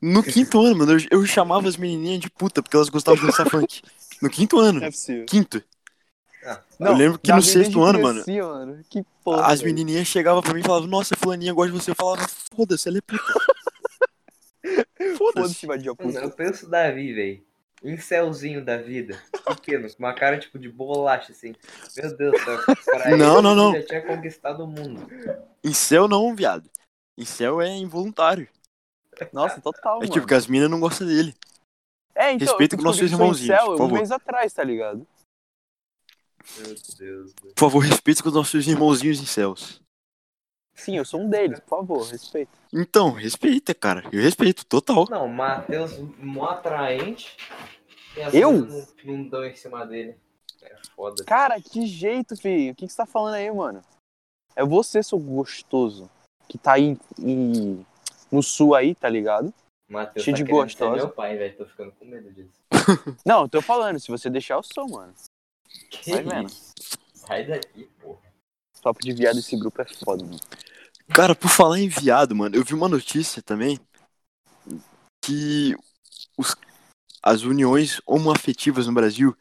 [SPEAKER 3] no quinto ano, mano. Eu, eu
[SPEAKER 1] (laughs) É
[SPEAKER 3] chamava as menininhas de puta porque elas gostavam de dançar funk. No quinto ano.
[SPEAKER 1] possível.
[SPEAKER 3] Quinto. Eu lembro que
[SPEAKER 1] na avenida
[SPEAKER 3] no sexto
[SPEAKER 1] de
[SPEAKER 3] ano, mano,
[SPEAKER 1] Cresci, mano, Que porra.
[SPEAKER 3] As
[SPEAKER 1] velho.
[SPEAKER 3] menininhas chegavam pra mim e falavam, nossa, fulaninha gosta de você. Eu falava, foda-se, ela é puta.
[SPEAKER 1] Foda-se,
[SPEAKER 3] Foda-se.
[SPEAKER 1] invadir a
[SPEAKER 2] Mano,
[SPEAKER 1] puta.
[SPEAKER 2] eu penso Davi, velho. Um celzinho da vida. Pequeno, com uma cara tipo de bolacha, assim. Meu Deus do céu. pra ele,
[SPEAKER 3] Não, não,
[SPEAKER 2] ele
[SPEAKER 3] não.
[SPEAKER 2] Já tinha conquistado o mundo.
[SPEAKER 3] Em céu não, viado. Em céu é involuntário.
[SPEAKER 1] Nossa, total,
[SPEAKER 3] É
[SPEAKER 1] mano.
[SPEAKER 3] tipo, porque as minas não gostam dele.
[SPEAKER 1] É, então,
[SPEAKER 3] respeita
[SPEAKER 1] eu
[SPEAKER 3] com nossos
[SPEAKER 1] descobri que sou
[SPEAKER 3] irmãozinhos,
[SPEAKER 1] incel
[SPEAKER 3] por
[SPEAKER 1] um
[SPEAKER 3] favor.
[SPEAKER 1] mês atrás, tá ligado?
[SPEAKER 2] Meu Deus. velho.
[SPEAKER 3] Por favor, respeite com os nossos irmãozinhos em céus.
[SPEAKER 1] Sim, eu sou um deles, por favor, respeita.
[SPEAKER 3] Então, respeita, cara. Eu respeito, total.
[SPEAKER 2] Não, Matheus, mó atraente. E as
[SPEAKER 1] Eu?
[SPEAKER 2] coisas Não, não dão em cima dele. É foda.
[SPEAKER 1] Cara, que jeito, filho. O que, que você tá falando aí, mano? É você, seu gostoso, que tá aí em- no sul aí, tá ligado?
[SPEAKER 2] Matheus,
[SPEAKER 1] Cheio
[SPEAKER 2] tá
[SPEAKER 1] de
[SPEAKER 2] querendo
[SPEAKER 1] gostosa.
[SPEAKER 2] ser meu pai, velho. Tô ficando com medo disso.
[SPEAKER 1] Não, eu tô falando, se você deixar, eu sou, mano.
[SPEAKER 2] Que
[SPEAKER 1] Vai vendo.
[SPEAKER 2] isso? Sai daqui, porra.
[SPEAKER 1] Papo de viado esse grupo é foda, mano.
[SPEAKER 3] Cara, por falar em viado, mano, eu vi uma notícia também que os- as uniões homoafetivas no Brasil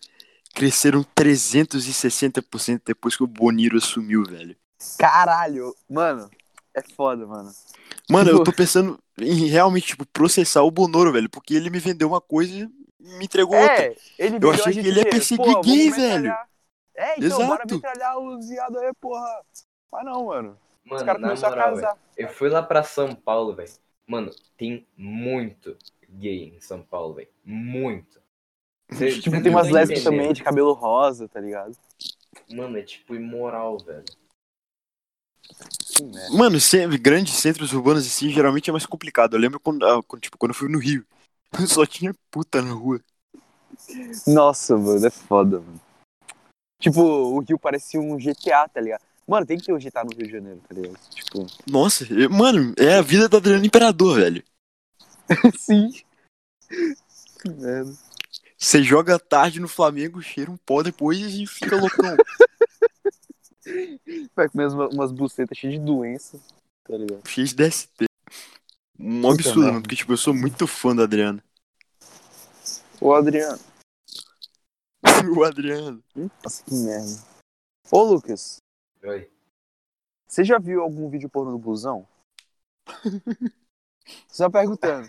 [SPEAKER 3] cresceram 360% depois que o Boniro assumiu, velho.
[SPEAKER 1] Caralho, mano, é foda, mano.
[SPEAKER 3] Mano, eu
[SPEAKER 1] Tipo-
[SPEAKER 3] tô pensando em realmente, tipo, processar o Bonoro, velho, porque ele me vendeu uma coisa e me entregou outra.
[SPEAKER 1] É, ele virou
[SPEAKER 3] achei
[SPEAKER 1] a gente
[SPEAKER 3] que ele ia
[SPEAKER 1] dizer,
[SPEAKER 3] perseguir
[SPEAKER 1] "Pô, vamos
[SPEAKER 3] gay,
[SPEAKER 1] metralhar."
[SPEAKER 3] velho.
[SPEAKER 1] É, então, bora
[SPEAKER 3] Exato.
[SPEAKER 1] metralhar os viados aí, porra. Ah, não, mano. Os
[SPEAKER 2] Mano,
[SPEAKER 1] caras
[SPEAKER 2] na
[SPEAKER 1] começaram a
[SPEAKER 2] moral, velho.
[SPEAKER 1] casar.
[SPEAKER 2] Eu fui lá pra São Paulo, velho. Mano, tem muito gay em São Paulo, velho. Muito. Cê- cê
[SPEAKER 1] (laughs) Tipo,
[SPEAKER 2] não
[SPEAKER 1] tem umas
[SPEAKER 2] tá
[SPEAKER 1] lésbicas
[SPEAKER 2] entendendo.
[SPEAKER 1] também tipo, de cabelo rosa, tá ligado?
[SPEAKER 2] Mano, é tipo imoral, velho.
[SPEAKER 1] Que merda.
[SPEAKER 3] Mano, se- grandes centros urbanos assim geralmente é mais complicado. Eu lembro quando, ah, quando, tipo, quando eu fui no Rio, (laughs) só tinha puta na rua.
[SPEAKER 1] Nossa, mano, é foda, mano. Tipo, o Rio parecia um GTA, tá ligado? Mano, tem que ter um GTA no Rio de Janeiro, tá ligado? Tipo,
[SPEAKER 3] Nossa, eu- mano, é a vida do Adriano Imperador, velho.
[SPEAKER 1] (laughs) sim. Que merda.
[SPEAKER 3] Você joga tarde no Flamengo, cheira um pó depois e fica
[SPEAKER 2] (laughs)
[SPEAKER 3] loucão.
[SPEAKER 1] Vai comer umas, umas bucetas cheias de doença, tá ligado?
[SPEAKER 3] Cheio de DST. Um absurdo,
[SPEAKER 1] merda.
[SPEAKER 3] mano, porque, tipo, eu sou muito fã do Adriano. (laughs)
[SPEAKER 1] Ô, Adriano.
[SPEAKER 3] o Adriano.
[SPEAKER 1] Nossa, que merda. Ô, Lucas,
[SPEAKER 2] Oi.
[SPEAKER 1] você já viu algum vídeo porno do (laughs) busão? Só perguntando.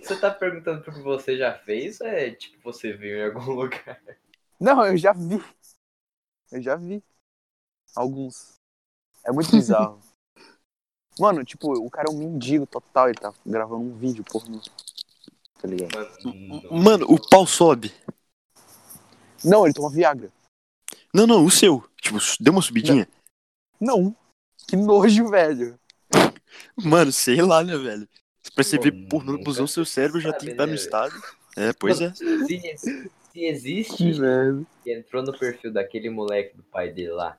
[SPEAKER 2] Você tá perguntando porque você já fez ou é tipo você viu em algum (laughs) lugar?
[SPEAKER 1] Não, eu já vi. Eu já vi. Alguns. É muito bizarro. Mano, tipo, o cara é um mendigo total, ele tá gravando um vídeo pornô. Tá ligado?
[SPEAKER 2] Mano, não.
[SPEAKER 3] Mano, o pau sobe.
[SPEAKER 1] Não, ele toma Viagra.
[SPEAKER 3] Não, não, o seu. Tipo, deu uma subidinha.
[SPEAKER 1] Não. Que nojo, velho.
[SPEAKER 3] Mano, sei lá, né, velho? Pra você
[SPEAKER 2] Pô,
[SPEAKER 3] ver pornô no
[SPEAKER 2] nunca
[SPEAKER 3] busão, seu cérebro já
[SPEAKER 2] sabe,
[SPEAKER 3] tem que estar
[SPEAKER 2] né,
[SPEAKER 3] no
[SPEAKER 2] velho?
[SPEAKER 3] estado. É, pois é.
[SPEAKER 2] se, se existe
[SPEAKER 1] velho.
[SPEAKER 2] que entrou no perfil daquele moleque do pai dele lá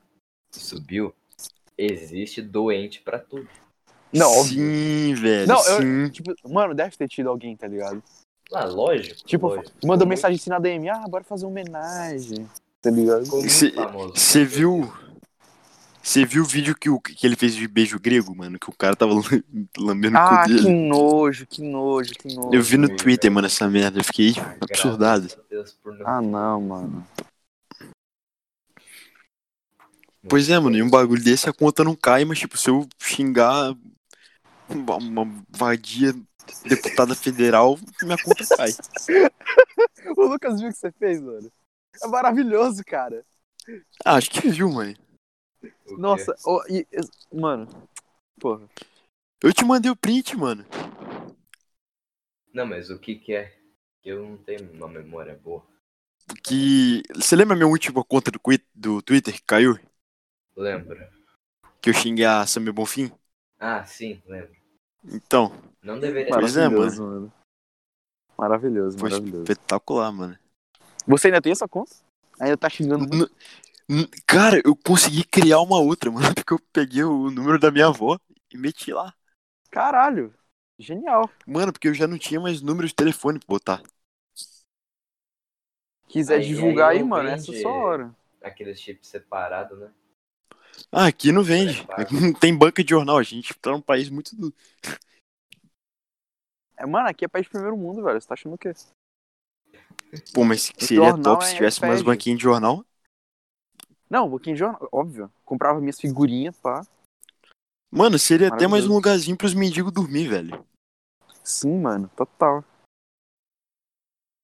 [SPEAKER 2] e subiu, existe doente pra tudo.
[SPEAKER 1] Não, óbvio.
[SPEAKER 3] Sim, velho.
[SPEAKER 1] Não, eu-
[SPEAKER 3] sim.
[SPEAKER 1] Tipo, mano, deve ter tido alguém, tá ligado?
[SPEAKER 2] Ah, lógico.
[SPEAKER 1] Tipo,
[SPEAKER 2] lógico.
[SPEAKER 1] mandou
[SPEAKER 2] Ficou
[SPEAKER 1] mensagem assim na DM, ah, bora fazer uma homenagem. Tá
[SPEAKER 2] muito-
[SPEAKER 1] ligado?
[SPEAKER 2] ficou muito
[SPEAKER 3] Cê-
[SPEAKER 2] famoso.
[SPEAKER 3] Você viu. Você viu o vídeo que, o, que ele fez de beijo grego, mano? Que o cara tava lam- lambendo o
[SPEAKER 1] Ah,
[SPEAKER 3] cu dele.
[SPEAKER 1] que nojo, que nojo, que nojo.
[SPEAKER 3] Eu vi no
[SPEAKER 2] nojo,
[SPEAKER 3] Twitter,
[SPEAKER 2] velho.
[SPEAKER 3] mano, essa merda. Eu fiquei
[SPEAKER 2] Ah,
[SPEAKER 3] absurdado.
[SPEAKER 2] graças a Deus por não
[SPEAKER 1] Ah, não, mano.
[SPEAKER 3] Pois é, mano, e um bagulho desse a conta não cai, mas tipo, se eu xingar uma, uma vadia deputada federal, minha conta cai.
[SPEAKER 1] O Lucas viu o que você fez, mano? É maravilhoso, cara.
[SPEAKER 3] Ah, acho que viu, mãe.
[SPEAKER 2] O quê?
[SPEAKER 1] Nossa, ó, e- e- mano. Porra.
[SPEAKER 3] Eu te mandei o print, mano.
[SPEAKER 2] Não, mas o que que é? Eu não tenho uma memória boa.
[SPEAKER 3] que. Você lembra a minha última conta do, Quit- do Twitter que caiu?
[SPEAKER 2] Lembra?
[SPEAKER 3] Que eu xinguei a Samir Bonfim?
[SPEAKER 2] Ah, sim, lembro.
[SPEAKER 3] Então,
[SPEAKER 2] Não deveria
[SPEAKER 3] Pois é,
[SPEAKER 1] Maravilhoso, mano. Maravilhoso,
[SPEAKER 3] foi
[SPEAKER 1] maravilhoso.
[SPEAKER 3] espetacular, mano.
[SPEAKER 1] Você ainda tem essa conta? Ainda tá xingando muito.
[SPEAKER 3] N- n- Cara, eu consegui criar uma outra, (laughs) mano, porque eu peguei o número da minha avó e meti lá.
[SPEAKER 1] Caralho. Genial.
[SPEAKER 3] Mano, porque eu já não tinha mais número de telefone tá. pra botar.
[SPEAKER 1] Quiser
[SPEAKER 2] Aí,
[SPEAKER 1] divulgar
[SPEAKER 2] aí
[SPEAKER 1] aí,
[SPEAKER 2] eu
[SPEAKER 1] mano,
[SPEAKER 2] vende-
[SPEAKER 1] essa é só hora.
[SPEAKER 2] aquele chip separado, né?
[SPEAKER 3] Ah, aqui não vende. Aqui não tem banca de jornal. A gente tá num país muito. do-
[SPEAKER 1] É, mano, aqui é país de primeiro mundo, velho. Você tá achando o quê?
[SPEAKER 3] Pô, mas
[SPEAKER 1] O
[SPEAKER 3] seria
[SPEAKER 1] jornal
[SPEAKER 3] top
[SPEAKER 1] é
[SPEAKER 3] se tivesse umas
[SPEAKER 1] iPad.
[SPEAKER 3] banquinhas de jornal.
[SPEAKER 1] Não, um pouquinho de jornal, óbvio. Comprava minhas figurinhas, pá.
[SPEAKER 3] Mano, seria até mais
[SPEAKER 1] Maravilhoso.
[SPEAKER 3] um lugarzinho pros mendigos dormir, velho.
[SPEAKER 1] Sim, mano, total.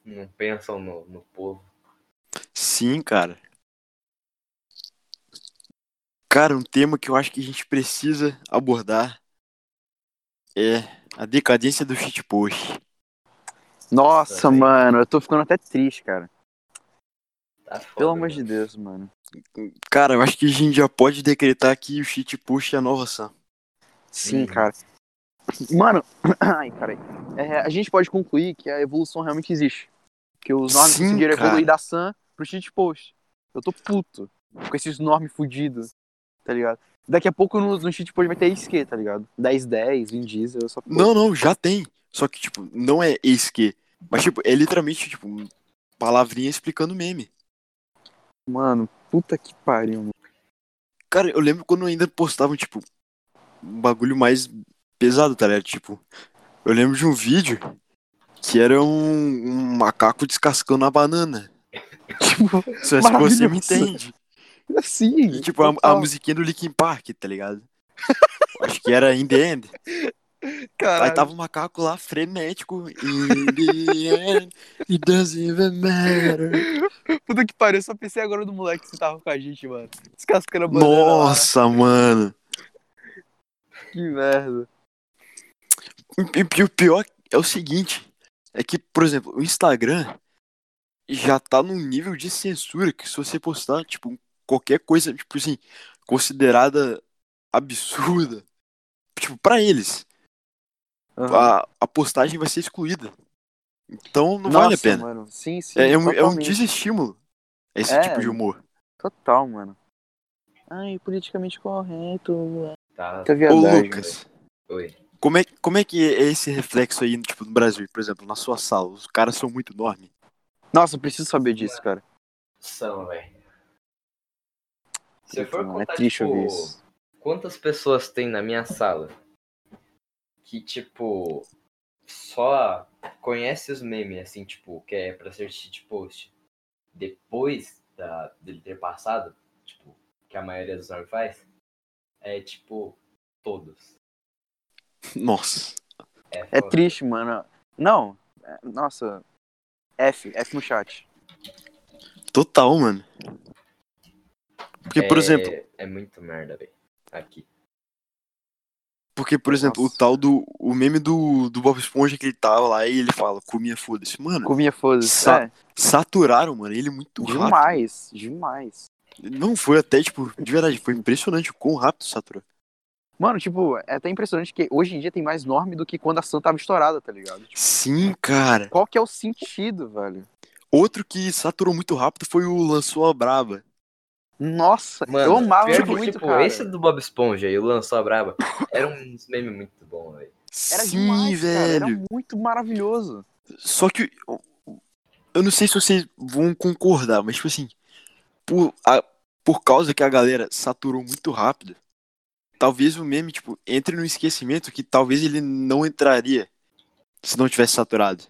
[SPEAKER 2] Não pensam no, no povo.
[SPEAKER 3] Sim, cara. Cara, um tema que eu acho que a gente precisa abordar é a decadência do shitpost.
[SPEAKER 1] Nossa,
[SPEAKER 2] Também.
[SPEAKER 1] mano, eu tô ficando até triste, cara.
[SPEAKER 2] Tá foda,
[SPEAKER 1] Pelo amor de
[SPEAKER 2] mano.
[SPEAKER 1] Deus, mano.
[SPEAKER 3] Cara, eu acho que a gente já pode decretar que o shitpost é a nova Sam.
[SPEAKER 1] Sim,
[SPEAKER 2] Uhum.
[SPEAKER 1] cara. Mano, (clears throat) ai, peraí. É, a gente pode concluir que a evolução realmente existe. Que os normes
[SPEAKER 3] Sim,
[SPEAKER 1] conseguiram
[SPEAKER 3] cara.
[SPEAKER 1] evoluir da Sun pro cheat post. Eu tô puto com esses normes fudidos, tá ligado? Daqui a pouco no, no cheat post vai ter isque, tá ligado? 10, 10, Vin Diesel, eu só...
[SPEAKER 3] Não, não, já tem. Só que, tipo, não é eis que. Mas, tipo, é literalmente, tipo, palavrinha explicando meme.
[SPEAKER 1] Mano, puta que pariu, mano.
[SPEAKER 3] Cara, eu lembro quando ainda postavam, tipo, um bagulho mais pesado, tá ligado? Tipo, eu lembro de um vídeo que era um, um macaco descascando a banana. Tipo,
[SPEAKER 1] (laughs)
[SPEAKER 3] só se você
[SPEAKER 1] Maravilhoso.
[SPEAKER 3] me entende.
[SPEAKER 1] Sim,
[SPEAKER 3] E, tipo, a, a
[SPEAKER 1] assim, total.
[SPEAKER 3] musiquinha do Linkin Park, tá ligado? (laughs) Acho que era In The End. Aí
[SPEAKER 1] Caralho.
[SPEAKER 3] tava o macaco lá, frenético. In the end, it doesn't even matter.
[SPEAKER 1] Puta que pariu, eu só pensei agora do moleque que tava com a gente, mano. Descascando a banana lá.
[SPEAKER 3] Nossa, mano.
[SPEAKER 1] Que merda.
[SPEAKER 3] E, e o pior é o seguinte: é que, por exemplo, o Instagram já tá num nível de censura que se você postar, tipo, qualquer coisa, tipo assim, considerada absurda, tipo, pra eles,
[SPEAKER 1] Aham.
[SPEAKER 3] a, a postagem vai ser excluída. Então não vale a
[SPEAKER 1] Nossa,
[SPEAKER 3] pena.
[SPEAKER 1] Mano. Sim, sim.
[SPEAKER 3] É, é um, é um
[SPEAKER 1] totalmente.
[SPEAKER 3] desestímulo esse
[SPEAKER 1] É.
[SPEAKER 3] tipo de humor.
[SPEAKER 1] Total, mano. Ai, politicamente correto.
[SPEAKER 2] Tá.
[SPEAKER 1] Tá
[SPEAKER 3] Ô,
[SPEAKER 1] viadagem.
[SPEAKER 3] Lucas.
[SPEAKER 2] Oi.
[SPEAKER 3] Como é, como é que é esse reflexo aí, tipo, no Brasil, por exemplo, na sua sala? Os caras são muito enormes.
[SPEAKER 1] Nossa, eu preciso saber disso, cara.
[SPEAKER 2] São, velho. Se eu for
[SPEAKER 1] Mano,
[SPEAKER 2] contar,
[SPEAKER 1] é triste
[SPEAKER 2] tipo,
[SPEAKER 1] ouvir isso.
[SPEAKER 2] quantas pessoas tem na minha sala que, tipo, só conhece os memes, assim, tipo, que é pra ser shitpost depois da, dele ter passado, tipo, que a maioria dos normas faz, é, tipo, todos.
[SPEAKER 3] Nossa.
[SPEAKER 1] É
[SPEAKER 2] foda.
[SPEAKER 1] triste, mano. Não. é- Nossa. F, F no chat.
[SPEAKER 3] Total, mano. Porque, por
[SPEAKER 2] É-
[SPEAKER 3] exemplo,
[SPEAKER 2] É muito merda, velho. Aqui.
[SPEAKER 3] porque, por exemplo,
[SPEAKER 1] Nossa.
[SPEAKER 3] o tal do. O meme do, do Bob Esponja que ele tava lá e ele fala, comia foda-se. Mano,
[SPEAKER 1] Covinha foda-se.
[SPEAKER 3] Sa-
[SPEAKER 1] É,
[SPEAKER 3] saturaram, mano. Ele muito rápido.
[SPEAKER 1] demais, demais.
[SPEAKER 3] Não foi até, tipo, de verdade, foi impressionante o quão rápido saturou.
[SPEAKER 1] Mano, tipo, é até impressionante que hoje em dia tem mais norme do que quando a Sun tava estourada, tá ligado? Tipo,
[SPEAKER 3] Sim, cara.
[SPEAKER 1] qual que é o sentido, velho?
[SPEAKER 3] Outro que saturou muito rápido foi o Lançou a Braba.
[SPEAKER 1] Nossa,
[SPEAKER 2] Mano,
[SPEAKER 1] eu amava
[SPEAKER 2] pior que,
[SPEAKER 1] muito,
[SPEAKER 2] tipo,
[SPEAKER 1] cara.
[SPEAKER 2] esse do Bob Esponja e o Lançou a Braba era um meme muito bom, velho.
[SPEAKER 1] Era
[SPEAKER 3] Sim,
[SPEAKER 1] demais, cara.
[SPEAKER 3] velho.
[SPEAKER 1] Era muito maravilhoso.
[SPEAKER 3] Só que eu- eu não sei se vocês vão concordar, mas tipo assim, por, a- por causa que a galera saturou muito rápido, talvez o meme tipo entre no esquecimento que talvez ele não entraria se não tivesse saturado.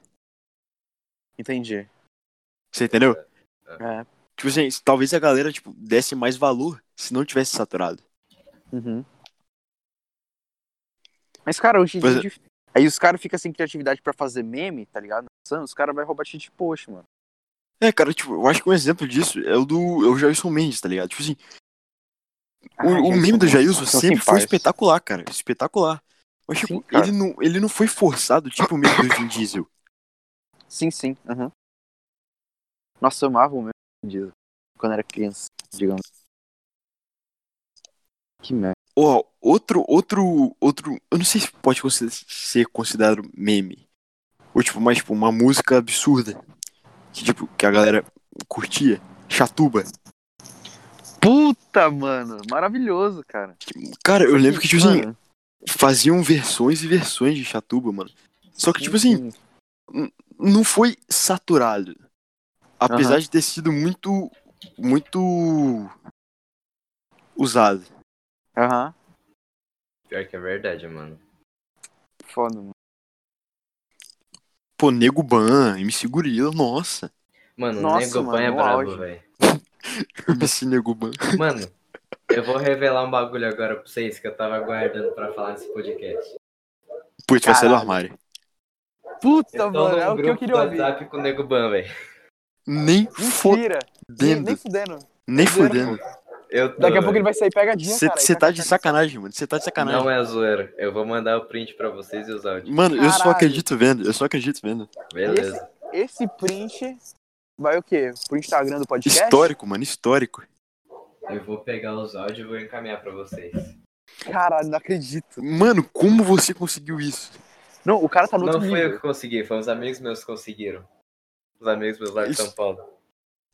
[SPEAKER 1] Entendi.
[SPEAKER 3] Você entendeu?
[SPEAKER 1] É.
[SPEAKER 3] Tipo assim, talvez a galera tipo desse mais valor se não tivesse saturado.
[SPEAKER 1] Uhum. Mas, cara, hoje em
[SPEAKER 3] Pois
[SPEAKER 1] dia. é dif- Aí os caras ficam sem criatividade pra fazer meme, tá ligado? Nossa, Os caras vão roubar cheat post, mano.
[SPEAKER 3] É, cara, tipo, eu acho que um exemplo disso é o do é o Jailson Mendes, tá ligado? Tipo assim,
[SPEAKER 1] Ah,
[SPEAKER 3] O, o meme do Jailson sempre foi um espetacular, cara. Espetacular. Mas, tipo,
[SPEAKER 1] Sim, cara.
[SPEAKER 3] Ele, não, ele não foi forçado, tipo o meme do Vin Diesel.
[SPEAKER 1] Sim, sim. Uhum. Nossa, eu amava o meme do Diesel quando era criança, digamos. Que merda.
[SPEAKER 3] Ó, outro, outro, outro... Eu não sei se pode consider- ser considerado meme. Ou, tipo, mais, tipo, uma música absurda. Que, tipo, que a galera curtia. Chatuba.
[SPEAKER 1] Puta, mano. Maravilhoso, cara.
[SPEAKER 3] Cara, eu lembro que, tipo assim,
[SPEAKER 1] Mano,
[SPEAKER 3] faziam versões e versões de Chatuba, mano. Só que, tipo assim, não foi saturado. Apesar
[SPEAKER 1] Aham.
[SPEAKER 3] de ter sido muito. Muito. Usado.
[SPEAKER 1] Aham.
[SPEAKER 2] Pior que é verdade, mano.
[SPEAKER 1] Foda, mano.
[SPEAKER 3] Pô, Nego Ban, MC Gorila, nossa. (laughs)
[SPEAKER 2] Mano, o
[SPEAKER 1] Nossa,
[SPEAKER 2] Negoban
[SPEAKER 1] mano,
[SPEAKER 2] é
[SPEAKER 1] o
[SPEAKER 2] brabo,
[SPEAKER 1] auge.
[SPEAKER 2] velho.
[SPEAKER 3] Esse Neguban.
[SPEAKER 2] Mano, eu vou revelar um bagulho agora pra vocês que eu tava aguardando pra falar nesse podcast.
[SPEAKER 3] Putz, vai sair do
[SPEAKER 1] Caralho.
[SPEAKER 3] armário.
[SPEAKER 2] Eu
[SPEAKER 1] Puta,
[SPEAKER 2] tô
[SPEAKER 1] mano,
[SPEAKER 2] num
[SPEAKER 1] é o que eu
[SPEAKER 2] grupo
[SPEAKER 1] queria
[SPEAKER 2] do
[SPEAKER 1] ouvir.
[SPEAKER 2] WhatsApp com o Negoban, velho.
[SPEAKER 3] Nem
[SPEAKER 1] Mentira. Nem, nem
[SPEAKER 3] fodendo.
[SPEAKER 1] fudendo.
[SPEAKER 3] Nem
[SPEAKER 1] Zero,
[SPEAKER 3] fudendo.
[SPEAKER 2] Eu tô,
[SPEAKER 1] Daqui a pouco
[SPEAKER 2] velho.
[SPEAKER 1] ele vai né? sair pegadinha, cara.
[SPEAKER 3] Você tá de sacanagem, mano. Você tá de sacanagem.
[SPEAKER 2] Não é zoeira. Eu vou mandar o print pra vocês e os áudios.
[SPEAKER 3] Mano, eu só
[SPEAKER 1] Caralho.
[SPEAKER 3] acredito vendo. Eu só acredito vendo.
[SPEAKER 2] Beleza.
[SPEAKER 1] Esse print vai o quê? Pro Instagram do podcast?
[SPEAKER 3] Histórico, mano. Histórico.
[SPEAKER 2] Eu vou pegar os áudios e vou encaminhar pra vocês.
[SPEAKER 1] Tá Caralho, não acredito.
[SPEAKER 3] Mano, como você conseguiu isso?
[SPEAKER 1] Não, o cara tá no
[SPEAKER 2] Não
[SPEAKER 1] outro
[SPEAKER 2] foi eu
[SPEAKER 1] nível.
[SPEAKER 2] que consegui, foi uns amigos meus que conseguiram. Os amigos meus lá de
[SPEAKER 3] Isso-
[SPEAKER 2] São Paulo.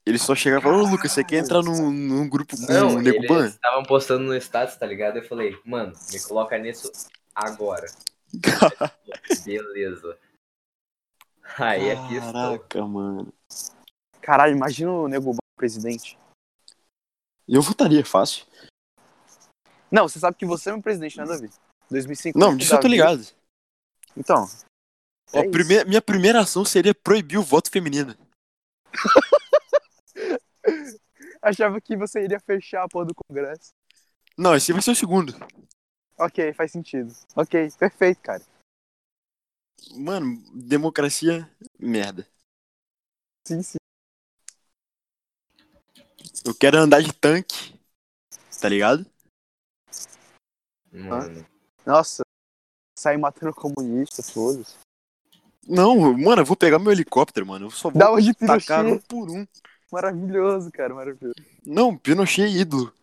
[SPEAKER 3] Ele só chegava e falava, ô Lucas, você quer entrar num, num grupo com
[SPEAKER 2] Não,
[SPEAKER 3] o Nego
[SPEAKER 2] eles
[SPEAKER 3] Ban?
[SPEAKER 2] estavam postando no status, tá ligado? Eu falei, mano, me coloca nisso
[SPEAKER 1] (laughs)
[SPEAKER 2] agora. Beleza. é, Aí aqui estou.
[SPEAKER 3] Caraca, mano.
[SPEAKER 1] Caralho, imagina o Nego Bom, presidente.
[SPEAKER 3] Eu votaria fácil.
[SPEAKER 1] Não, você sabe que você é meu presidente, né, Davi? 2005.
[SPEAKER 3] Não, disso eu tô
[SPEAKER 1] Davi-
[SPEAKER 3] ligado.
[SPEAKER 1] Então.
[SPEAKER 3] Ó,
[SPEAKER 1] é isso.
[SPEAKER 3] primeira- minha primeira ação seria proibir o voto feminino.
[SPEAKER 1] Achava que você iria fechar a porra do Congresso.
[SPEAKER 3] Não, esse vai ser o segundo.
[SPEAKER 1] Ok, faz sentido. Ok, perfeito, cara.
[SPEAKER 3] Mano, democracia, merda.
[SPEAKER 1] Sim, sim.
[SPEAKER 3] Eu quero andar de tanque, tá ligado?
[SPEAKER 2] Mano,
[SPEAKER 1] Nossa. Sair matando comunista, foda-se.
[SPEAKER 3] Não, mano, eu vou pegar meu helicóptero, mano. Eu só vou
[SPEAKER 1] Dá uma de
[SPEAKER 3] tacar um
[SPEAKER 1] Pinochet.
[SPEAKER 3] por um.
[SPEAKER 1] Maravilhoso, cara, maravilhoso.
[SPEAKER 3] Não, Pinochet é ídolo.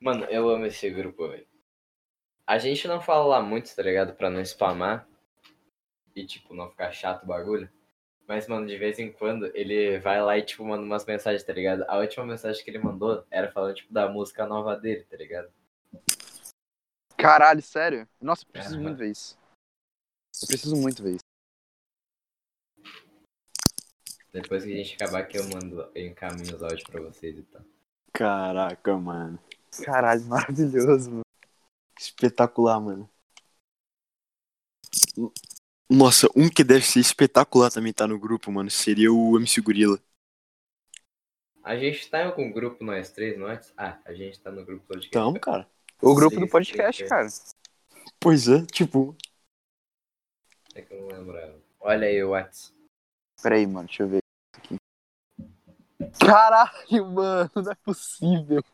[SPEAKER 2] mano, eu amo esse grupo, velho. A gente não fala lá muito, tá ligado? Pra não spamar. E, tipo, não ficar chato o bagulho. Mas, mano, de vez em quando ele vai lá e, tipo, manda umas mensagens, tá ligado? A última mensagem que ele mandou era falando, tipo, da música nova dele, tá ligado?
[SPEAKER 1] Caralho, sério? Nossa, eu preciso
[SPEAKER 2] Aham.
[SPEAKER 1] muito ver isso. Eu preciso muito ver isso.
[SPEAKER 2] Depois que a gente acabar aqui, eu mando, eu encaminho os áudios pra vocês e tal.
[SPEAKER 3] Caraca, mano.
[SPEAKER 1] Caralho, (laughs) maravilhoso, mano.
[SPEAKER 3] Espetacular, mano. Nossa, um que deve ser espetacular também tá no grupo, mano. Seria o MC Gorila.
[SPEAKER 2] A gente tá em algum grupo, nós três, nós? Ah, a gente tá no grupo podcast.
[SPEAKER 3] Então, cara.
[SPEAKER 1] O grupo
[SPEAKER 2] Sim,
[SPEAKER 1] do podcast,
[SPEAKER 2] sim, sim.
[SPEAKER 1] cara.
[SPEAKER 3] Pois é, tipo.
[SPEAKER 2] É que eu não lembrava. Olha aí o Whats.
[SPEAKER 1] Pera aí, mano, deixa eu ver isso aqui. Caralho, mano, não é possível.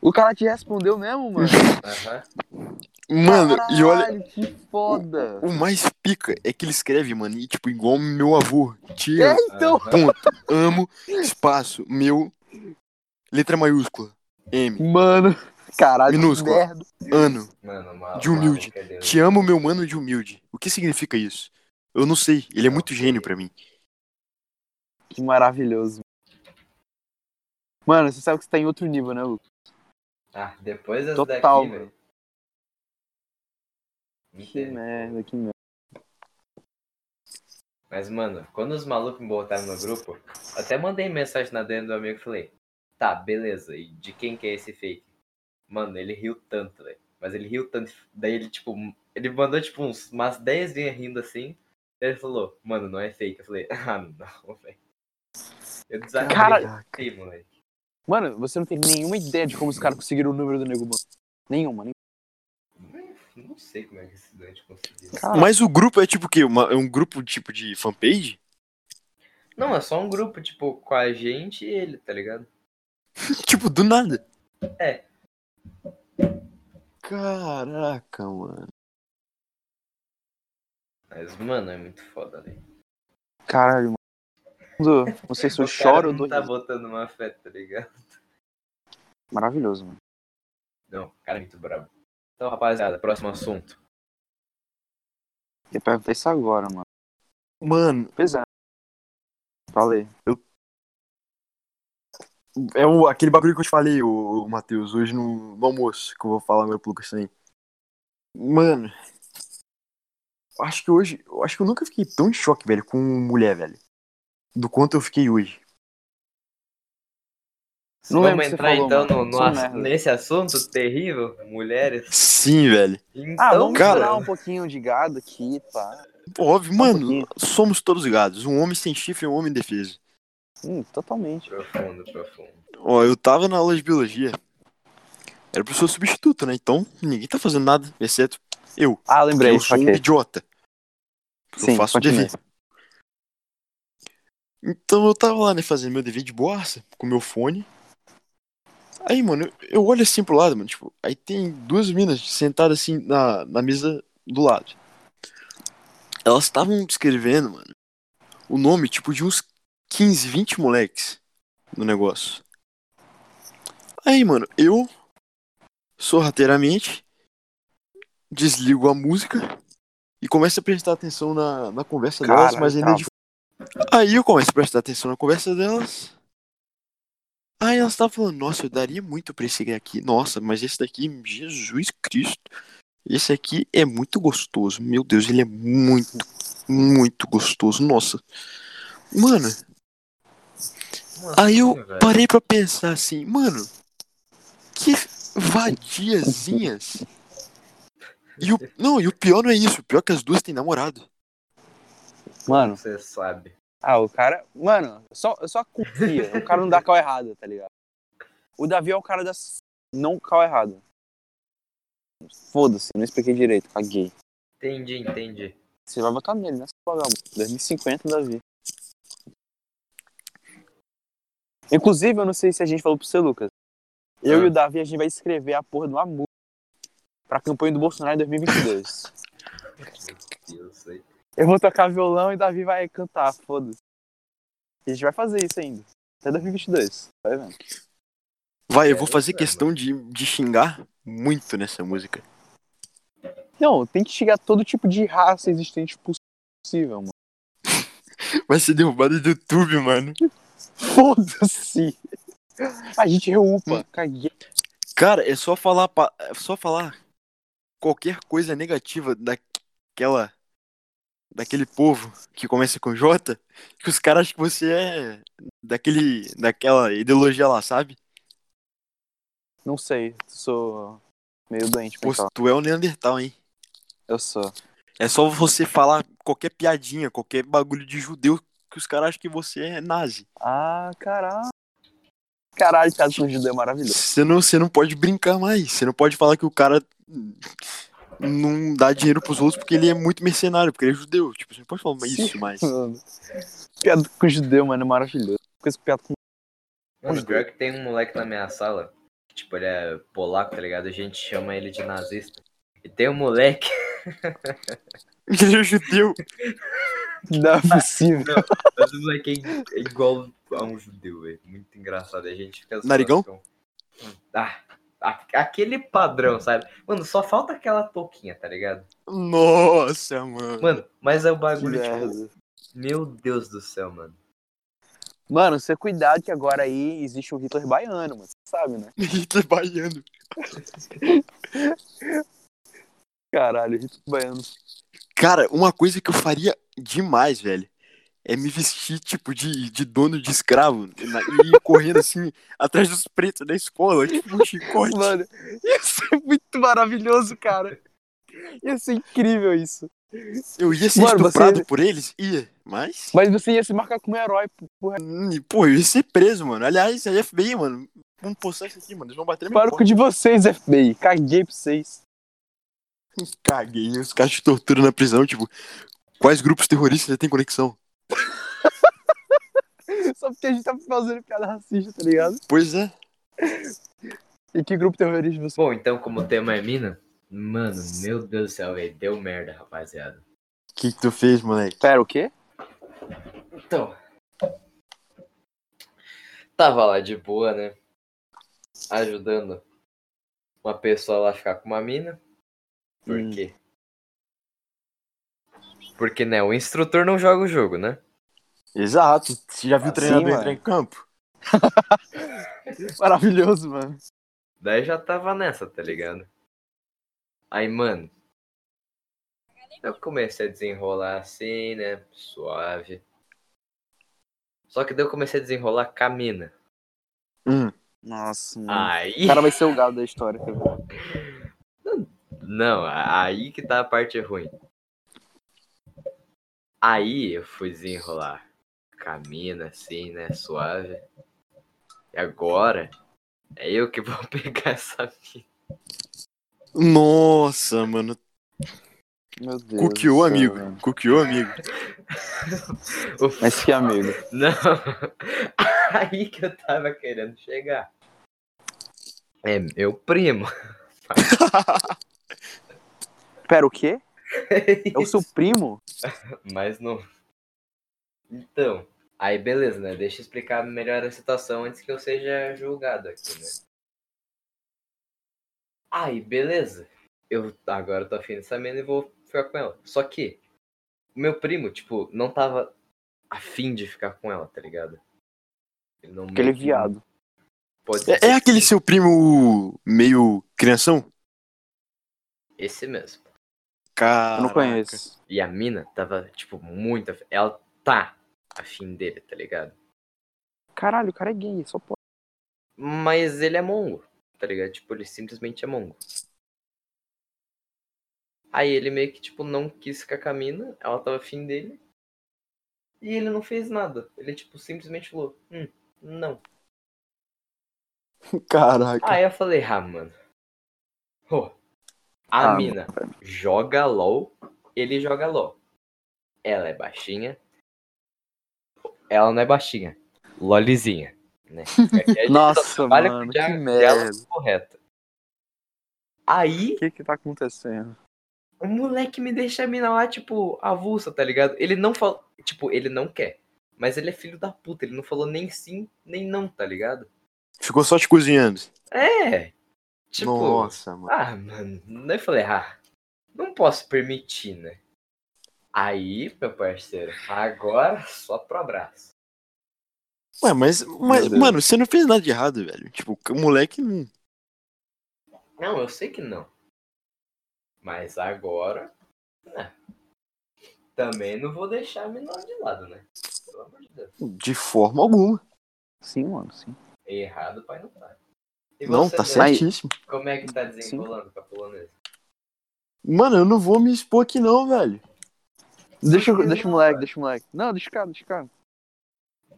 [SPEAKER 1] O cara te respondeu mesmo, mano?
[SPEAKER 2] Aham.
[SPEAKER 3] (laughs) Mano, e olha.
[SPEAKER 1] Caralho, que foda.
[SPEAKER 3] O mais pica é que ele escreve, mano, e tipo, igual meu avô.
[SPEAKER 1] É,
[SPEAKER 3] Tia,
[SPEAKER 1] então.
[SPEAKER 2] aham.
[SPEAKER 3] ponto, amo, espaço, meu, letra maiúscula, M,
[SPEAKER 1] Mano, caralho, que
[SPEAKER 3] Minúsculo.
[SPEAKER 1] merda.
[SPEAKER 3] ano,
[SPEAKER 2] Mano, mal,
[SPEAKER 3] De humilde.
[SPEAKER 2] maluco, cadê o-
[SPEAKER 3] te amo, meu mano de humilde. O que significa isso? Eu não sei, ele é muito gênio pra mim.
[SPEAKER 1] Que maravilhoso. Mano, você sabe que você tá em outro nível, né, Lucas?
[SPEAKER 2] Ah, depois as
[SPEAKER 1] Total,
[SPEAKER 2] daqui,
[SPEAKER 1] mano.
[SPEAKER 2] velho. Não
[SPEAKER 1] Que
[SPEAKER 2] sei.
[SPEAKER 1] merda, que merda.
[SPEAKER 2] Mas, mano, quando os malucos me botaram no grupo, eu até mandei mensagem na DM do amigo e falei, tá, beleza, e de quem que é esse fake? Mano, ele riu tanto, velho. Mas ele riu tanto, daí ele, tipo, ele mandou, tipo, uns, umas 10 linhas rindo assim, daí ele falou, mano, não é fake. Eu falei, (laughs) ah, não, velho. Eu desacreditei,
[SPEAKER 1] Cara,
[SPEAKER 2] moleque.
[SPEAKER 1] mano, você não tem nenhuma ideia de como os caras conseguiram o número do Nego, mano. Nenhuma, nem.
[SPEAKER 2] Não sei como é que esse doente conseguiu.
[SPEAKER 1] Caralho.
[SPEAKER 3] Mas o grupo é tipo o quê? Uma- é um grupo tipo de fanpage?
[SPEAKER 2] Não, é só um grupo, tipo, com a gente e ele, tá ligado?
[SPEAKER 3] tipo, do nada.
[SPEAKER 2] É.
[SPEAKER 3] Caraca, mano.
[SPEAKER 2] Mas, mano, é muito foda, velho.
[SPEAKER 1] Caralho, mano. Não sei se
[SPEAKER 2] (laughs)
[SPEAKER 1] eu
[SPEAKER 2] O cara
[SPEAKER 1] choro ou
[SPEAKER 2] não
[SPEAKER 1] dou
[SPEAKER 2] tá
[SPEAKER 1] risada.
[SPEAKER 2] botando uma fé, tá ligado?
[SPEAKER 1] Maravilhoso, mano.
[SPEAKER 2] Não, o cara é muito brabo. Então, rapaziada, próximo assunto.
[SPEAKER 1] Eu perguntei isso agora, mano.
[SPEAKER 3] Mano,
[SPEAKER 1] Pois é. Falei.
[SPEAKER 3] é o, aquele bagulho que eu te falei, o, Matheus, hoje no, no almoço, que eu vou falar meu pro Lucas também. Mano, acho que hoje, eu acho que eu nunca fiquei tão em choque, velho, com mulher, velho. Do quanto eu fiquei hoje.
[SPEAKER 1] Não lembro o
[SPEAKER 2] Vamos
[SPEAKER 1] que você
[SPEAKER 2] entrar
[SPEAKER 1] falou,
[SPEAKER 2] então
[SPEAKER 1] mano.
[SPEAKER 2] no- no
[SPEAKER 1] Sou um
[SPEAKER 2] ass-
[SPEAKER 1] merda.
[SPEAKER 2] nesse assunto terrível, mulheres.
[SPEAKER 3] Sim, velho.
[SPEAKER 2] Então,
[SPEAKER 1] Ah, vamos
[SPEAKER 3] cara-
[SPEAKER 1] tirar um pouquinho de gado aqui, pá.
[SPEAKER 3] Óbvio, mano,
[SPEAKER 1] pouquinho.
[SPEAKER 3] somos todos gados. Um homem sem chifre é um homem indefeso.
[SPEAKER 1] Hum, totalmente.
[SPEAKER 2] Profundo, profundo.
[SPEAKER 3] Ó, eu tava na aula de biologia. Era professor substituto, né? Então, ninguém tá fazendo nada, exceto eu.
[SPEAKER 1] Ah,
[SPEAKER 3] Porque
[SPEAKER 1] lembrei.
[SPEAKER 3] eu sou um
[SPEAKER 1] saquei.
[SPEAKER 3] idiota.
[SPEAKER 1] Sim,
[SPEAKER 3] eu faço o
[SPEAKER 1] continue.
[SPEAKER 3] dever. Então eu tava lá, né, fazendo meu dever de boaça, com meu fone. Aí, mano, eu, eu olho assim pro lado, mano, tipo, aí tem duas minas sentadas assim na, na mesa do lado. Elas estavam escrevendo, mano, o nome, tipo, de uns 15, 20 moleques no negócio. Aí, mano, eu sorrateiramente desligo a música e começo a prestar atenção na, na conversa delas,
[SPEAKER 1] Caralho,
[SPEAKER 3] mas ainda de... Aí eu começo a prestar atenção na conversa delas. Aí elas estavam falando, nossa, eu daria muito pra esse aqui. Nossa, mas esse daqui, Jesus Cristo. Esse aqui é muito gostoso. Meu Deus, ele é muito, muito gostoso. Nossa. Mano,
[SPEAKER 2] Como
[SPEAKER 3] Aí eu
[SPEAKER 2] assim, velho?
[SPEAKER 3] parei pra pensar assim, mano, que vadiazinhas. E o, não, e o pior não é isso, o pior é que as duas têm namorado.
[SPEAKER 1] Mano,
[SPEAKER 2] Você sabe.
[SPEAKER 1] ah, o cara. Mano, só, só confia. o cara não dá cal errada, tá ligado? O Davi é o cara das. Não cal errada. Foda-se, não expliquei direito. Caguei.
[SPEAKER 2] Entendi, entendi.
[SPEAKER 1] Você vai votar nele, né? seu Vagabundo. 2050, Davi. Inclusive, eu não sei se a gente falou pro você, Lucas. Eu
[SPEAKER 2] Ah.
[SPEAKER 1] e o Davi, a gente vai escrever a porra de uma música pra campanha do Bolsonaro em 2022.
[SPEAKER 2] Eu sei.
[SPEAKER 1] Eu vou tocar violão e Davi vai cantar, foda-se. A gente vai fazer isso ainda. Até 2022. Vai tá vendo.
[SPEAKER 3] Vai, eu
[SPEAKER 2] É,
[SPEAKER 3] vou
[SPEAKER 2] eu
[SPEAKER 3] fazer
[SPEAKER 2] sei,
[SPEAKER 3] questão de, de xingar muito nessa música.
[SPEAKER 1] Não, tem que chegar todo tipo de raça existente possível, mano. (laughs)
[SPEAKER 3] Vai ser derrubada do YouTube, mano.
[SPEAKER 1] Foda-se. A gente reupa. Caguei.
[SPEAKER 3] Cara, é só falar, pa- é só falar qualquer coisa negativa daquela daquele povo que começa com J, que os caras acham que você é daquele daquela ideologia lá, sabe?
[SPEAKER 1] Não sei. Sou meio doente
[SPEAKER 3] Pô,
[SPEAKER 2] Então.
[SPEAKER 1] mental.
[SPEAKER 3] tu é o Neandertal, hein?
[SPEAKER 1] Eu sou.
[SPEAKER 3] É só você falar qualquer piadinha, qualquer bagulho de judeu que os caras acham que você é nazi.
[SPEAKER 1] Ah, caralho. Caralho, caso com judeu é maravilhoso. (laughs)
[SPEAKER 3] Você não, você não pode brincar mais. Você não pode falar que o cara hum, não dá dinheiro pros outros porque ele é muito mercenário, porque ele é judeu. Tipo, você não pode falar isso mais. (laughs)
[SPEAKER 1] Mano. Piada com judeu, mano, é maravilhoso. Coisa com piada com.
[SPEAKER 2] Mano,
[SPEAKER 1] Os
[SPEAKER 2] pior que tem um moleque na minha sala, que, tipo, ele é polaco, tá ligado? A gente chama ele de nazista. E tem um moleque.
[SPEAKER 3] Ele é judeu.
[SPEAKER 1] Não é possível.
[SPEAKER 2] Mas o moleque é é igual a um judeu, velho. Muito engraçado. A gente fica. zoando
[SPEAKER 3] Narigão?
[SPEAKER 2] com- Ah, a- aquele padrão, sabe? Mano, só falta aquela touquinha, tá ligado?
[SPEAKER 3] Nossa, mano. (laughs)
[SPEAKER 2] Mano, mas é o
[SPEAKER 1] Que
[SPEAKER 2] bagulho, tipo,
[SPEAKER 1] merda.
[SPEAKER 2] meu Deus do céu, mano.
[SPEAKER 1] Mano, você cuidado que agora aí existe um Hitler baiano, mano. Você sabe, né?
[SPEAKER 3] Hitler baiano.
[SPEAKER 1] Caralho, Hitler baiano.
[SPEAKER 3] Cara, uma coisa que eu faria demais, velho, é me vestir, tipo, de, de dono de escravo na- e ir correndo assim atrás dos pretos da escola, tipo um chicote.
[SPEAKER 1] Mano, ia ser muito maravilhoso, cara. Ia ser incrível isso.
[SPEAKER 3] Eu ia ser
[SPEAKER 1] Mano, você-
[SPEAKER 3] estuprado por eles? Ia, mas.
[SPEAKER 1] Mas você ia se marcar como herói. pô.
[SPEAKER 3] Hum, e, Pô, eu ia ser preso, mano. Aliás, a FBI, mano. Vamos postar isso aqui, mano. Eles vão bater na minha
[SPEAKER 1] Para com o
[SPEAKER 3] porta.
[SPEAKER 1] de vocês, FBI. Caguei pra vocês.
[SPEAKER 3] Caguei. Os caras de tortura na prisão, tipo. Quais grupos terroristas têm conexão?
[SPEAKER 1] Só porque a gente tá fazendo piada racista, tá ligado?
[SPEAKER 3] Pois é.
[SPEAKER 1] E que grupo terrorista você.
[SPEAKER 2] Bom, então, como o tema é mina, mano, meu Deus do céu, velho. Deu merda, rapaziada.
[SPEAKER 3] O que, que tu fez, moleque?
[SPEAKER 1] Pera, o quê?
[SPEAKER 2] Então. Tava lá de boa, né? Ajudando uma pessoa lá a ficar com uma mina. Por
[SPEAKER 1] Hum.
[SPEAKER 2] quê? Porque, né, o instrutor não joga o jogo, né?
[SPEAKER 3] Exato. Você já viu o
[SPEAKER 1] Assim,
[SPEAKER 3] treinador
[SPEAKER 1] mano.
[SPEAKER 3] entrar em campo?
[SPEAKER 1] Maravilhoso, mano.
[SPEAKER 2] Daí já tava nessa, tá ligado? Aí, mano. Eu comecei a desenrolar assim, né? Suave. Só que daí eu comecei a desenrolar com a mina.
[SPEAKER 3] Hum.
[SPEAKER 1] Nossa, mano.
[SPEAKER 2] Aí.
[SPEAKER 1] O cara vai ser o gado da história. quer ver?
[SPEAKER 2] tá Não, a- aí que tá a parte ruim. Aí eu fui desenrolar. Camina assim, né? Suave. E agora é eu que vou (laughs) pegar essa mina.
[SPEAKER 3] Nossa, mano.
[SPEAKER 1] Meu Deus.
[SPEAKER 3] Cuqueou,
[SPEAKER 1] do céu,
[SPEAKER 3] amigo.
[SPEAKER 1] velho.
[SPEAKER 3] Cuqueou, amigo.
[SPEAKER 2] O
[SPEAKER 1] Mas que amigo.
[SPEAKER 2] Não. (laughs) Aí que eu tava querendo chegar. É meu
[SPEAKER 3] (laughs)
[SPEAKER 2] primo.
[SPEAKER 1] Pera, o quê? É o seu primo?
[SPEAKER 2] Mas não. Então, aí beleza, né? Deixa eu explicar melhor a situação antes que eu seja julgado aqui, né? Aí, beleza. Eu agora tô afim dessa mina e vou ficar com ela. Só que o meu primo, tipo, não tava afim de ficar com ela, tá ligado? Ele não
[SPEAKER 1] Aquele
[SPEAKER 2] meio que não
[SPEAKER 1] viado.
[SPEAKER 2] pode
[SPEAKER 3] É, é
[SPEAKER 2] ser
[SPEAKER 3] aquele
[SPEAKER 2] que-
[SPEAKER 3] seu primo meio crianção?
[SPEAKER 2] Esse mesmo.
[SPEAKER 3] Cara.
[SPEAKER 1] Eu não conheço.
[SPEAKER 2] E a mina tava, tipo, muito. af- Ela tá afim dele, tá ligado?
[SPEAKER 1] Caralho, o cara é gay, só pode.
[SPEAKER 2] Mas ele é mongo, tá ligado? Tipo, ele simplesmente é mongo. Aí ele meio que, tipo, não quis ficar com a mina, ela tava afim dele. E ele não fez nada. Ele, tipo, simplesmente falou: Hum, não.
[SPEAKER 3] Caraca.
[SPEAKER 2] Aí eu falei: Ah, mano. Pô, a
[SPEAKER 1] Ah,
[SPEAKER 2] mina
[SPEAKER 1] mano.
[SPEAKER 2] joga LOL, ele joga LOL. Ela é baixinha. Ela não é baixinha. Lolizinha. Né? Aqui a gente só
[SPEAKER 1] Nossa,
[SPEAKER 2] trabalha
[SPEAKER 1] mano,
[SPEAKER 2] com
[SPEAKER 1] que
[SPEAKER 2] dia-
[SPEAKER 1] merda.
[SPEAKER 2] diálogo correto. Aí,
[SPEAKER 1] O que que tá acontecendo?
[SPEAKER 2] o moleque me deixa a mina lá, tipo, avulsa, tá ligado? Ele não fala. Tipo, ele não quer. Mas ele é filho da puta, ele não falou nem sim, nem não, tá ligado?
[SPEAKER 3] Ficou só te cozinhando.
[SPEAKER 2] É! Tipo,
[SPEAKER 3] Nossa, mano.
[SPEAKER 2] Ah, mano, daí eu falei, ah, não posso permitir, né? Aí, meu parceiro, agora só pro abraço.
[SPEAKER 3] Ué, mas, mas
[SPEAKER 1] Deus.
[SPEAKER 3] mano, você não fez nada de errado, velho. Tipo, o moleque não.
[SPEAKER 2] Não, eu sei que não. Mas agora, né? Também não vou deixar a menor de lado, né? Pelo amor de Deus.
[SPEAKER 3] De forma alguma.
[SPEAKER 1] Sim, mano, sim.
[SPEAKER 2] Errado, pai, não tá. E
[SPEAKER 3] Não,
[SPEAKER 2] você,
[SPEAKER 3] tá
[SPEAKER 2] Dan,
[SPEAKER 3] certíssimo.
[SPEAKER 2] Como é que tá desenrolando com a polonesa?
[SPEAKER 3] Mano, eu não vou me expor aqui, não, velho.
[SPEAKER 1] Deixa,
[SPEAKER 2] que
[SPEAKER 1] o- deixa o
[SPEAKER 2] não,
[SPEAKER 1] moleque,
[SPEAKER 2] cara.
[SPEAKER 1] deixa o moleque. Não, deixa o cara, deixa o cara.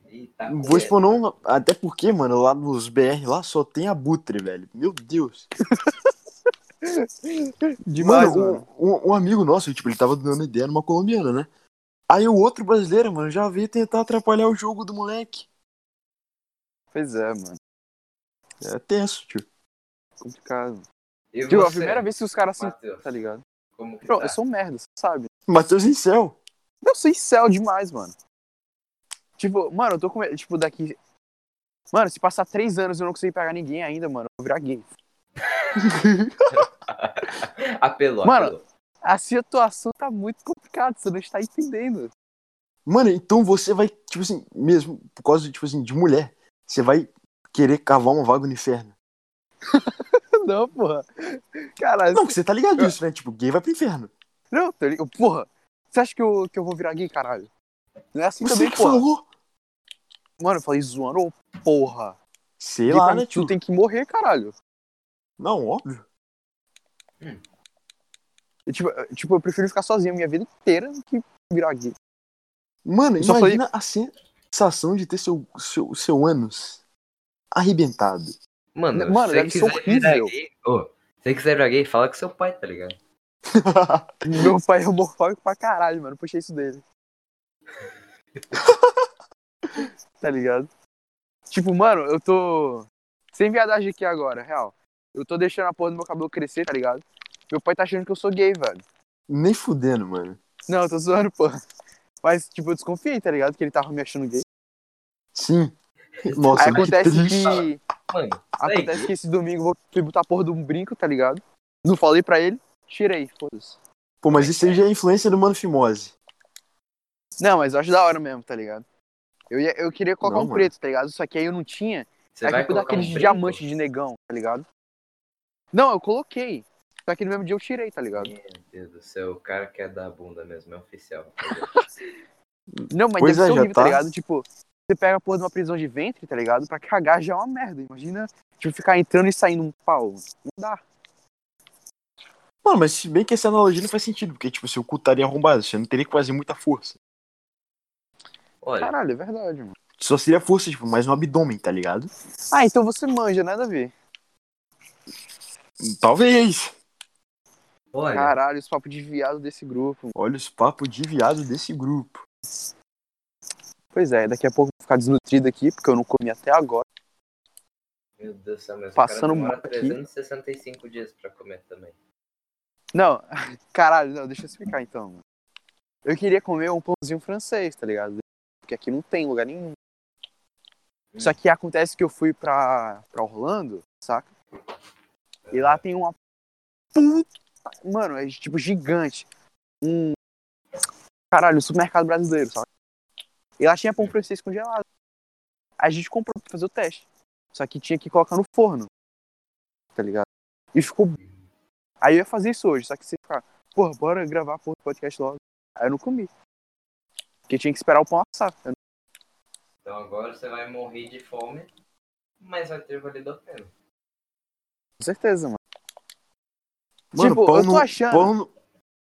[SPEAKER 2] Ih, tá
[SPEAKER 3] Não
[SPEAKER 2] com
[SPEAKER 3] Vou expor,
[SPEAKER 1] um.
[SPEAKER 3] não. Até porque, mano, lá nos BR lá só tem abutre, velho. Meu Deus.
[SPEAKER 1] Demais, mano.
[SPEAKER 3] Um, um amigo nosso, tipo, ele tava dando ideia numa colombiana, né? Aí o outro brasileiro, mano, já veio tentar atrapalhar o jogo do moleque.
[SPEAKER 1] Pois é, mano.
[SPEAKER 3] É tenso, tio.
[SPEAKER 1] Complicado.
[SPEAKER 2] E
[SPEAKER 1] Tio, a
[SPEAKER 2] você,
[SPEAKER 1] primeira vez que os caras se.
[SPEAKER 2] Matheus,
[SPEAKER 1] Tá ligado?
[SPEAKER 2] como que
[SPEAKER 1] Bro,
[SPEAKER 2] tá?
[SPEAKER 1] eu sou um merda, você sabe?
[SPEAKER 3] Matheus em céu.
[SPEAKER 1] Eu sou incel demais, mano. Tipo, mano, eu tô com. medo, Tipo, daqui. Mano, se passar três anos e eu não conseguir pegar ninguém ainda, mano, eu vou virar gay.
[SPEAKER 2] Apelou,
[SPEAKER 1] Mano,
[SPEAKER 2] apelou.
[SPEAKER 1] A situação tá muito complicada, você não está entendendo. (laughs)
[SPEAKER 3] Mano, então você vai, tipo assim, mesmo por causa, tipo assim, de mulher, você vai querer cavar uma vaga no inferno.
[SPEAKER 1] Não, porra. Caralho,
[SPEAKER 3] Não, que você tá
[SPEAKER 1] É.
[SPEAKER 3] ligado nisso, né? Tipo, gay vai pro inferno.
[SPEAKER 1] não, tô Tá ligado. Porra, você acha que eu, que eu vou virar gay, caralho? Não é assim
[SPEAKER 3] Você
[SPEAKER 1] também,
[SPEAKER 3] que
[SPEAKER 1] porra.
[SPEAKER 3] falou.
[SPEAKER 1] Mano, eu falei zoando, ô, porra.
[SPEAKER 3] Sei
[SPEAKER 1] Gay pra
[SPEAKER 3] lá,
[SPEAKER 1] mim,
[SPEAKER 3] né, tio?
[SPEAKER 1] tu tem que morrer, caralho.
[SPEAKER 3] Não, óbvio.
[SPEAKER 1] E, tipo, eu- tipo, eu prefiro ficar sozinho a minha vida inteira do que virar gay.
[SPEAKER 3] Mano,
[SPEAKER 1] Só falei-
[SPEAKER 3] imagina a sensação de ter seu, seu, seu ânus arrebentado. (laughs)
[SPEAKER 2] Mano,
[SPEAKER 1] Mano,
[SPEAKER 2] se
[SPEAKER 1] deve
[SPEAKER 2] você
[SPEAKER 1] ser
[SPEAKER 2] quiser virar
[SPEAKER 1] horrível.
[SPEAKER 2] gay, ô, se você quiser virar gay, fala com seu pai, tá ligado?
[SPEAKER 1] Meu pai é homofóbico pra caralho, mano. Puxei isso dele.
[SPEAKER 3] (laughs)
[SPEAKER 1] tá ligado? Tipo, mano, eu tô. Sem viadagem aqui agora, real. Eu tô deixando a porra do meu cabelo crescer, tá ligado? Meu pai tá achando que eu sou gay, velho.
[SPEAKER 3] Nem fudendo, mano.
[SPEAKER 1] Não, eu tô zoando, pô. Mas, tipo, eu desconfiei, tá ligado? Que ele tava me achando gay.
[SPEAKER 3] Sim. Nossa,
[SPEAKER 1] Aí
[SPEAKER 3] mas que
[SPEAKER 1] acontece
[SPEAKER 3] triste.
[SPEAKER 1] que.
[SPEAKER 2] Mano, sai
[SPEAKER 1] Acontece
[SPEAKER 2] gay.
[SPEAKER 1] que esse domingo eu vou tributar a porra de um brinco, tá ligado? Não falei pra ele, tirei, foda-se.
[SPEAKER 3] Pô, mas isso aí já é influência do Mano Fimose.
[SPEAKER 1] Não, mas eu acho da hora mesmo, tá ligado? Eu, ia- eu queria colocar
[SPEAKER 3] Não,
[SPEAKER 1] um
[SPEAKER 3] mano.
[SPEAKER 1] preto, tá ligado? Só que aí eu não tinha.
[SPEAKER 2] você
[SPEAKER 1] aí
[SPEAKER 2] vai
[SPEAKER 1] eu fui dar
[SPEAKER 2] colocar um
[SPEAKER 1] aqueles de
[SPEAKER 2] brinco?
[SPEAKER 1] diamante de negão, tá ligado? Não, eu coloquei. Só que no mesmo dia eu tirei, tá ligado?
[SPEAKER 2] Meu Deus do céu, o cara quer dar a bunda mesmo, é oficial.
[SPEAKER 1] Não, mas
[SPEAKER 3] Pois
[SPEAKER 1] deve
[SPEAKER 3] é,
[SPEAKER 1] ser
[SPEAKER 3] já
[SPEAKER 1] horrível,
[SPEAKER 3] tá.
[SPEAKER 1] tá ligado? Tipo, você pega a porra de uma prisão de ventre, tá ligado? Pra cagar já é uma merda. Imagina, tipo, ficar entrando e saindo um pau. Não dá.
[SPEAKER 3] tá Mano, mas se bem que essa analogia não faz sentido, porque, tipo, seu cu estaria arrombado, você não teria que fazer muita força.
[SPEAKER 2] Olha,
[SPEAKER 1] Caralho, é verdade, mano.
[SPEAKER 3] Só seria força, tipo, mais um abdômen, tá ligado?
[SPEAKER 1] Ah, então você manja, nada a ver.
[SPEAKER 3] Talvez.
[SPEAKER 2] olha.
[SPEAKER 1] Caralho, os papos de viado desse grupo.
[SPEAKER 3] Olha os papos de viado desse grupo.
[SPEAKER 1] Pois é, daqui a pouco eu vou ficar desnutrido aqui, porque eu não comi até agora.
[SPEAKER 2] Meu Deus do céu, mas
[SPEAKER 1] Passando
[SPEAKER 2] o cara demora
[SPEAKER 1] mal aqui.
[SPEAKER 2] 365 dias pra comer também.
[SPEAKER 1] Não, (laughs) caralho, não, deixa eu explicar então. mano. Eu queria comer um pãozinho francês, tá ligado? Porque aqui não tem lugar nenhum. Só que acontece que eu fui pra, pra Orlando, saca? E lá tem uma puta. Mano, é tipo gigante. Um. Caralho, um supermercado brasileiro, sabe? E lá tinha pão francês congelado. A gente comprou pra fazer o teste. Só que tinha que colocar no forno. Tá ligado? E ficou. Aí eu ia fazer isso hoje, só que você ficar, porra, bora gravar porra, do podcast logo. Aí eu não comi. Porque tinha que esperar o pão assar. Eu
[SPEAKER 2] Então agora você vai morrer de fome, mas vai ter valido a pena.
[SPEAKER 1] Com certeza, mano.
[SPEAKER 3] Mano,
[SPEAKER 1] tipo,
[SPEAKER 3] pão,
[SPEAKER 1] eu tô
[SPEAKER 3] não,
[SPEAKER 1] achando.
[SPEAKER 3] pão não-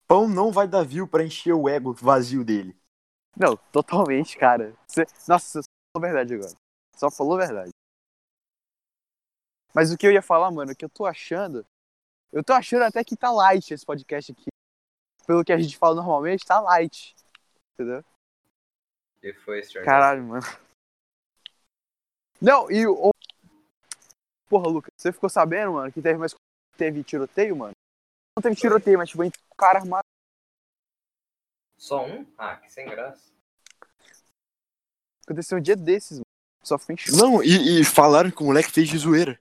[SPEAKER 3] pão não vai dar view pra encher o ego vazio dele.
[SPEAKER 1] Não, totalmente, cara. Você- Nossa, você só falou a verdade agora. Só falou a verdade. Mas o que eu ia falar, mano, é que eu tô achando. Eu tô achando até que tá light esse podcast aqui. Pelo que a gente fala normalmente, tá light. Entendeu?
[SPEAKER 2] E foi esse
[SPEAKER 1] Caralho, mano. Não, e o. Porra, Lucas, você ficou sabendo, mano, que teve mais. Teve tiroteio, mano? Não teve tiroteio, mas tipo, entre o cara armado.
[SPEAKER 2] Só um? Ah, que sem graça.
[SPEAKER 1] Aconteceu um dia desses, mano. Só ficou em choque.
[SPEAKER 3] Não, e, e falaram que o moleque fez de zoeira.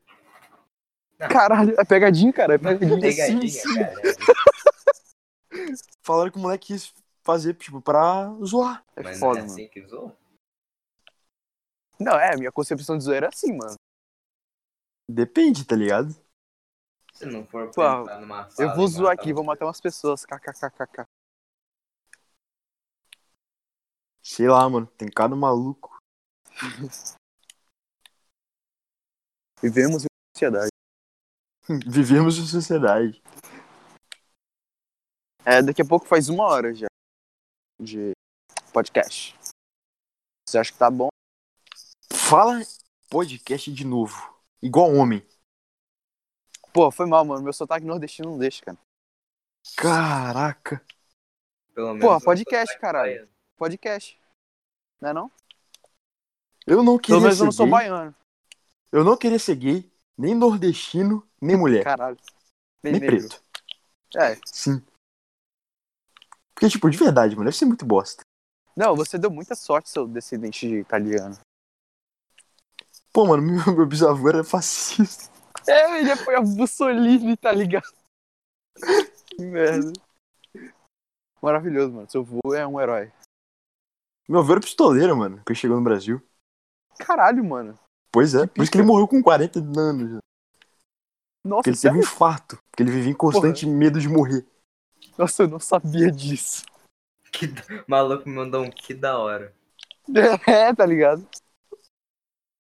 [SPEAKER 1] Caralho, é pegadinha, cara. É pegadinha.
[SPEAKER 2] Pegadinha,
[SPEAKER 3] sim.
[SPEAKER 2] cara.
[SPEAKER 3] Falaram que o moleque quis fazer, tipo, pra zoar.
[SPEAKER 1] É
[SPEAKER 2] Mas não
[SPEAKER 1] foda,
[SPEAKER 2] é
[SPEAKER 1] mano.
[SPEAKER 2] assim que zoa?
[SPEAKER 1] Não, é, a minha concepção de zoeira é assim, mano.
[SPEAKER 3] Depende, tá ligado?
[SPEAKER 2] Se não for
[SPEAKER 1] Pô,
[SPEAKER 2] pra entrar numa sala
[SPEAKER 1] eu vou
[SPEAKER 2] e
[SPEAKER 1] zoar
[SPEAKER 2] matar
[SPEAKER 1] aqui,
[SPEAKER 2] um-
[SPEAKER 1] vou matar umas pessoas, kkkk.
[SPEAKER 3] Sei lá, mano, tem cada maluco.
[SPEAKER 1] Vivemos em sociedade.
[SPEAKER 3] Vivemos em sociedade.
[SPEAKER 1] É, daqui a pouco faz uma hora já de podcast. Você acha que tá bom?
[SPEAKER 3] Fala podcast de novo. Igual homem.
[SPEAKER 1] Pô, foi mal, mano. Meu sotaque nordestino não deixa, cara.
[SPEAKER 3] Caraca.
[SPEAKER 2] Pelo menos
[SPEAKER 1] Pô,
[SPEAKER 2] eu sou
[SPEAKER 1] podcast,
[SPEAKER 2] baiano.
[SPEAKER 1] caralho. Podcast. Não é não?
[SPEAKER 3] Eu não
[SPEAKER 1] Pelo
[SPEAKER 3] queria
[SPEAKER 1] menos
[SPEAKER 3] ser
[SPEAKER 1] eu não sou
[SPEAKER 3] gay.
[SPEAKER 1] baiano.
[SPEAKER 3] Eu não queria ser gay, nem nordestino, nem mulher,
[SPEAKER 1] Caralho. Bem
[SPEAKER 3] É. nem
[SPEAKER 1] negro.
[SPEAKER 3] preto.
[SPEAKER 1] É.
[SPEAKER 3] Sim. Porque, tipo, de verdade, mano, deve ser muito bosta.
[SPEAKER 1] Não, você deu muita sorte, seu descendente de italiano.
[SPEAKER 3] Pô, mano, (laughs) meu, meu bisavô era fascista.
[SPEAKER 1] É, ele foi a Mussolini, tá ligado? Que merda. Maravilhoso, mano. Seu voo é um herói.
[SPEAKER 3] Meu avô era pistoleiro, mano, quando chegou no Brasil.
[SPEAKER 1] Caralho, mano.
[SPEAKER 3] Pois é, por isso que ele morreu com 40 anos. né?
[SPEAKER 1] Nossa,
[SPEAKER 3] Porque ele teve um
[SPEAKER 1] sério?
[SPEAKER 3] infarto. Porque ele vivia em constante medo de morrer.
[SPEAKER 1] Nossa, eu não sabia disso.
[SPEAKER 2] Que da- O maluco me mandou um que da hora.
[SPEAKER 1] (laughs) É, tá ligado?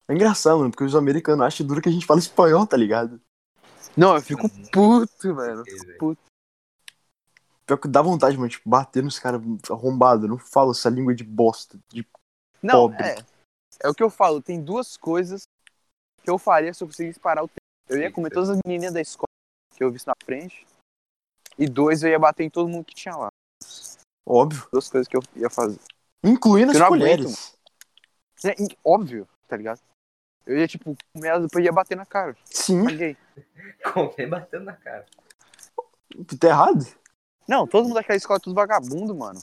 [SPEAKER 3] É engraçado, mano, porque os americanos acham duro que a gente fala espanhol, tá ligado?
[SPEAKER 1] Não, eu fico puto, mano.
[SPEAKER 2] Ele-
[SPEAKER 3] Pior que dá vontade, mano, tipo, bater nos caras arrombados. Não fala essa língua de bosta. De...
[SPEAKER 1] Não,
[SPEAKER 3] Pobre.
[SPEAKER 1] é. É o que eu falo. Tem duas coisas que eu faria se eu conseguisse parar o tempo. Eu ia comer todas as menininhas da escola que eu visse na frente. E dois, eu ia bater em todo mundo que tinha lá.
[SPEAKER 3] Óbvio.
[SPEAKER 1] Duas coisas que eu ia fazer.
[SPEAKER 3] Incluindo
[SPEAKER 1] Eu
[SPEAKER 3] as
[SPEAKER 1] não
[SPEAKER 3] colheres.
[SPEAKER 1] aguento, É, e- óbvio, tá ligado? Eu ia, tipo, comer elas, depois ia bater na cara.
[SPEAKER 3] Sim,
[SPEAKER 1] Caguei.
[SPEAKER 2] Comer batendo na cara.
[SPEAKER 3] tu tá errado.
[SPEAKER 1] Não, todo mundo daquela escola é tudo vagabundo, mano.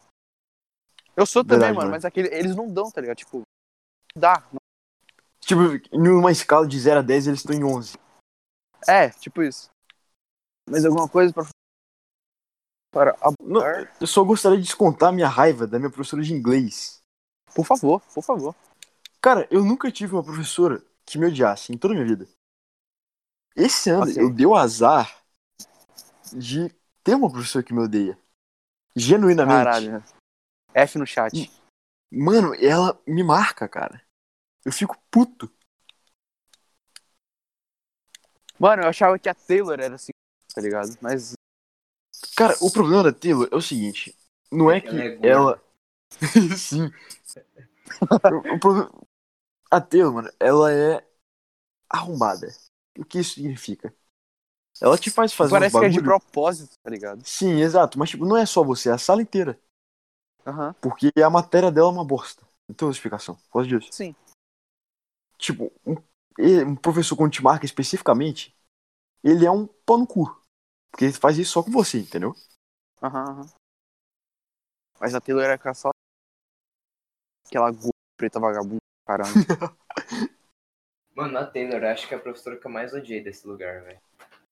[SPEAKER 1] Eu sou também,
[SPEAKER 3] Verdade,
[SPEAKER 1] mano,
[SPEAKER 3] mano.
[SPEAKER 1] mas aquele, eles não dão, tá ligado? Tipo, não dá.
[SPEAKER 3] Tipo, numa escala de 0 a 10, eles estão em 11.
[SPEAKER 1] É, tipo isso. Mas alguma coisa pra. Para. a-
[SPEAKER 3] Não, eu só gostaria de descontar a minha raiva da minha professora de inglês.
[SPEAKER 1] Por favor, por favor.
[SPEAKER 3] Cara, eu nunca tive uma professora que me odiasse em toda a minha vida. Esse ano
[SPEAKER 1] Ok.
[SPEAKER 3] eu dei o azar de ter uma professora que me odeia. Genuinamente.
[SPEAKER 1] Caralho. F no chat.
[SPEAKER 3] Ih. Mano, ela me marca, cara. Eu fico puto.
[SPEAKER 1] Mano, eu achava que a Taylor era assim, tá ligado? Mas.
[SPEAKER 3] Cara, o problema da Taylor é o seguinte. Não é que
[SPEAKER 2] Ela é gorda.
[SPEAKER 3] ela. (laughs) Sim. O problema... A Taylor, mano, ela é arrumada. O que isso significa? Ela te faz fazer
[SPEAKER 1] Parece
[SPEAKER 3] um
[SPEAKER 1] que é
[SPEAKER 3] bagulho...
[SPEAKER 1] de propósito, tá ligado?
[SPEAKER 3] Sim, exato. Mas, tipo, não é só você, é a sala inteira.
[SPEAKER 1] Aham.
[SPEAKER 3] Porque a matéria dela é uma bosta. Não tem outra explicação. Por causa disso.
[SPEAKER 1] Sim.
[SPEAKER 3] Tipo, um, e- um professor quando te marca especificamente, ele é um pau no cu. Porque ele faz isso só com você, entendeu?
[SPEAKER 1] Aham, aham. Mas a Taylor era com só aquela gorda preta vagabunda, (laughs) caramba.
[SPEAKER 2] Mano, a Taylor, acho que é a professora que eu mais odiei desse lugar, velho.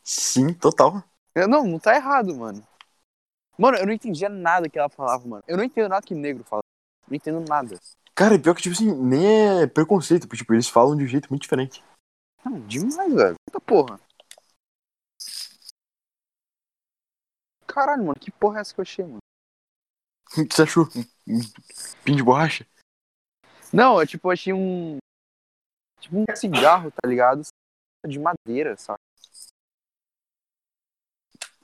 [SPEAKER 3] Sim, total.
[SPEAKER 1] Eu- Não, não tá errado, mano. Mano, eu não entendia nada que ela falava, mano. Eu não entendo nada que negro fala. Não entendo nada.
[SPEAKER 3] Cara, e pior que, tipo assim, nem é preconceito. Porque, tipo, eles falam de um jeito muito diferente. (laughs)
[SPEAKER 1] Não, demais, velho. Puta porra. Caralho, mano, que porra é essa que eu achei, mano?
[SPEAKER 3] O que você achou? Um, um pin de borracha?
[SPEAKER 1] Não, eu tipo, eu achei um. Tipo um cigarro, tá ligado? De madeira, sabe?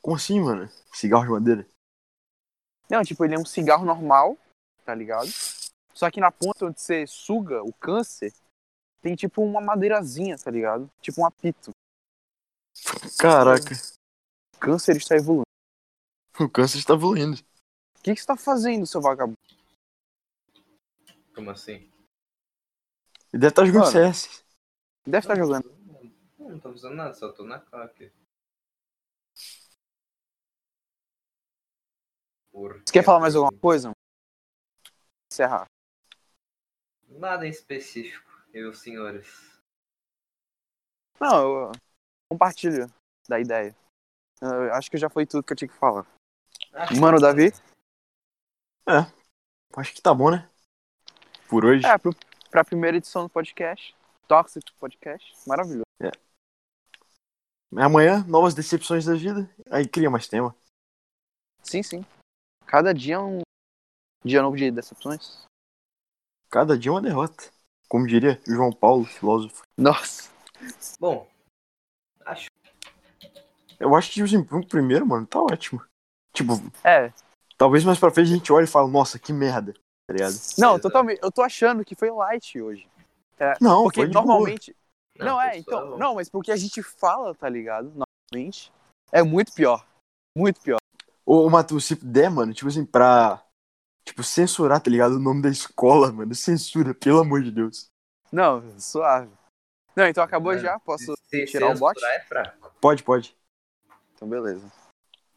[SPEAKER 3] Como assim, mano? Cigarro de madeira?
[SPEAKER 1] Não, tipo, ele é um cigarro normal, tá ligado? Só que na ponta onde você suga o câncer, tem tipo uma madeirazinha, tá ligado? Tipo um apito.
[SPEAKER 3] Caraca, (laughs)
[SPEAKER 1] O câncer está evoluindo.
[SPEAKER 3] o câncer está evoluindo.
[SPEAKER 1] O que, que você tá fazendo, seu vagabundo?
[SPEAKER 2] Como assim?
[SPEAKER 3] Ele deve estar jogando
[SPEAKER 1] Mano.
[SPEAKER 3] CS.
[SPEAKER 1] Deve estar tá jogando.
[SPEAKER 2] Não, não tô usando nada, só tô na cara aqui. Por
[SPEAKER 1] Você quer falar mais alguma coisa? mano? Encerrar.
[SPEAKER 2] Nada em específico, eu, senhores.
[SPEAKER 1] Não, eu compartilho da ideia. Eu acho que já foi tudo que eu tinha que falar.
[SPEAKER 2] Acho
[SPEAKER 1] Mano,
[SPEAKER 2] que- tá
[SPEAKER 1] Davi?
[SPEAKER 3] Acho que tá bom, né? Por hoje.
[SPEAKER 1] É, pro, pra primeira edição do podcast. Tóxico Podcast. Maravilhoso.
[SPEAKER 3] Amanhã, novas decepções da vida. Aí cria mais tema.
[SPEAKER 1] Sim, sim. Cada dia é um dia novo de decepções.
[SPEAKER 3] Cada dia é uma derrota. Como diria João Paulo, filósofo.
[SPEAKER 1] Nossa.
[SPEAKER 2] Bom,
[SPEAKER 3] Eu acho que, tipo assim, pro primeiro, mano, tá ótimo. Tipo,
[SPEAKER 1] É.
[SPEAKER 3] talvez mais pra frente a gente olhe e fala, nossa, que merda. Tá ligado?
[SPEAKER 1] Não,
[SPEAKER 2] Exato.
[SPEAKER 1] totalmente. Eu tô achando que foi light hoje.
[SPEAKER 3] Não,
[SPEAKER 1] Porque
[SPEAKER 3] foi de
[SPEAKER 1] normalmente. Não, é,
[SPEAKER 2] pessoal,
[SPEAKER 1] então. Não, mas porque a gente fala, tá ligado? Normalmente. É muito pior. Muito pior.
[SPEAKER 3] boa. Ô, ô, Matheus, se der, mano, tipo assim, pra. Tipo, censurar, tá ligado? O nome da escola, mano. Censura, pelo amor de Deus.
[SPEAKER 1] Não, suave. Não, então acabou
[SPEAKER 2] É.
[SPEAKER 1] já? Posso.
[SPEAKER 2] se
[SPEAKER 1] tirar o bot?
[SPEAKER 2] censurar é fraco.
[SPEAKER 3] Pode, pode.
[SPEAKER 1] Então, beleza.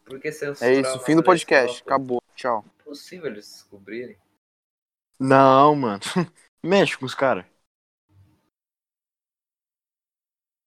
[SPEAKER 2] Porque censurar
[SPEAKER 1] É
[SPEAKER 2] o
[SPEAKER 1] isso,
[SPEAKER 2] nome
[SPEAKER 1] fim do
[SPEAKER 2] da
[SPEAKER 1] podcast.
[SPEAKER 2] escola, pô,
[SPEAKER 1] Acabou. Tchau.
[SPEAKER 2] É impossível eles descobrirem.
[SPEAKER 3] Não, mano. (laughs) Mexe com os caras.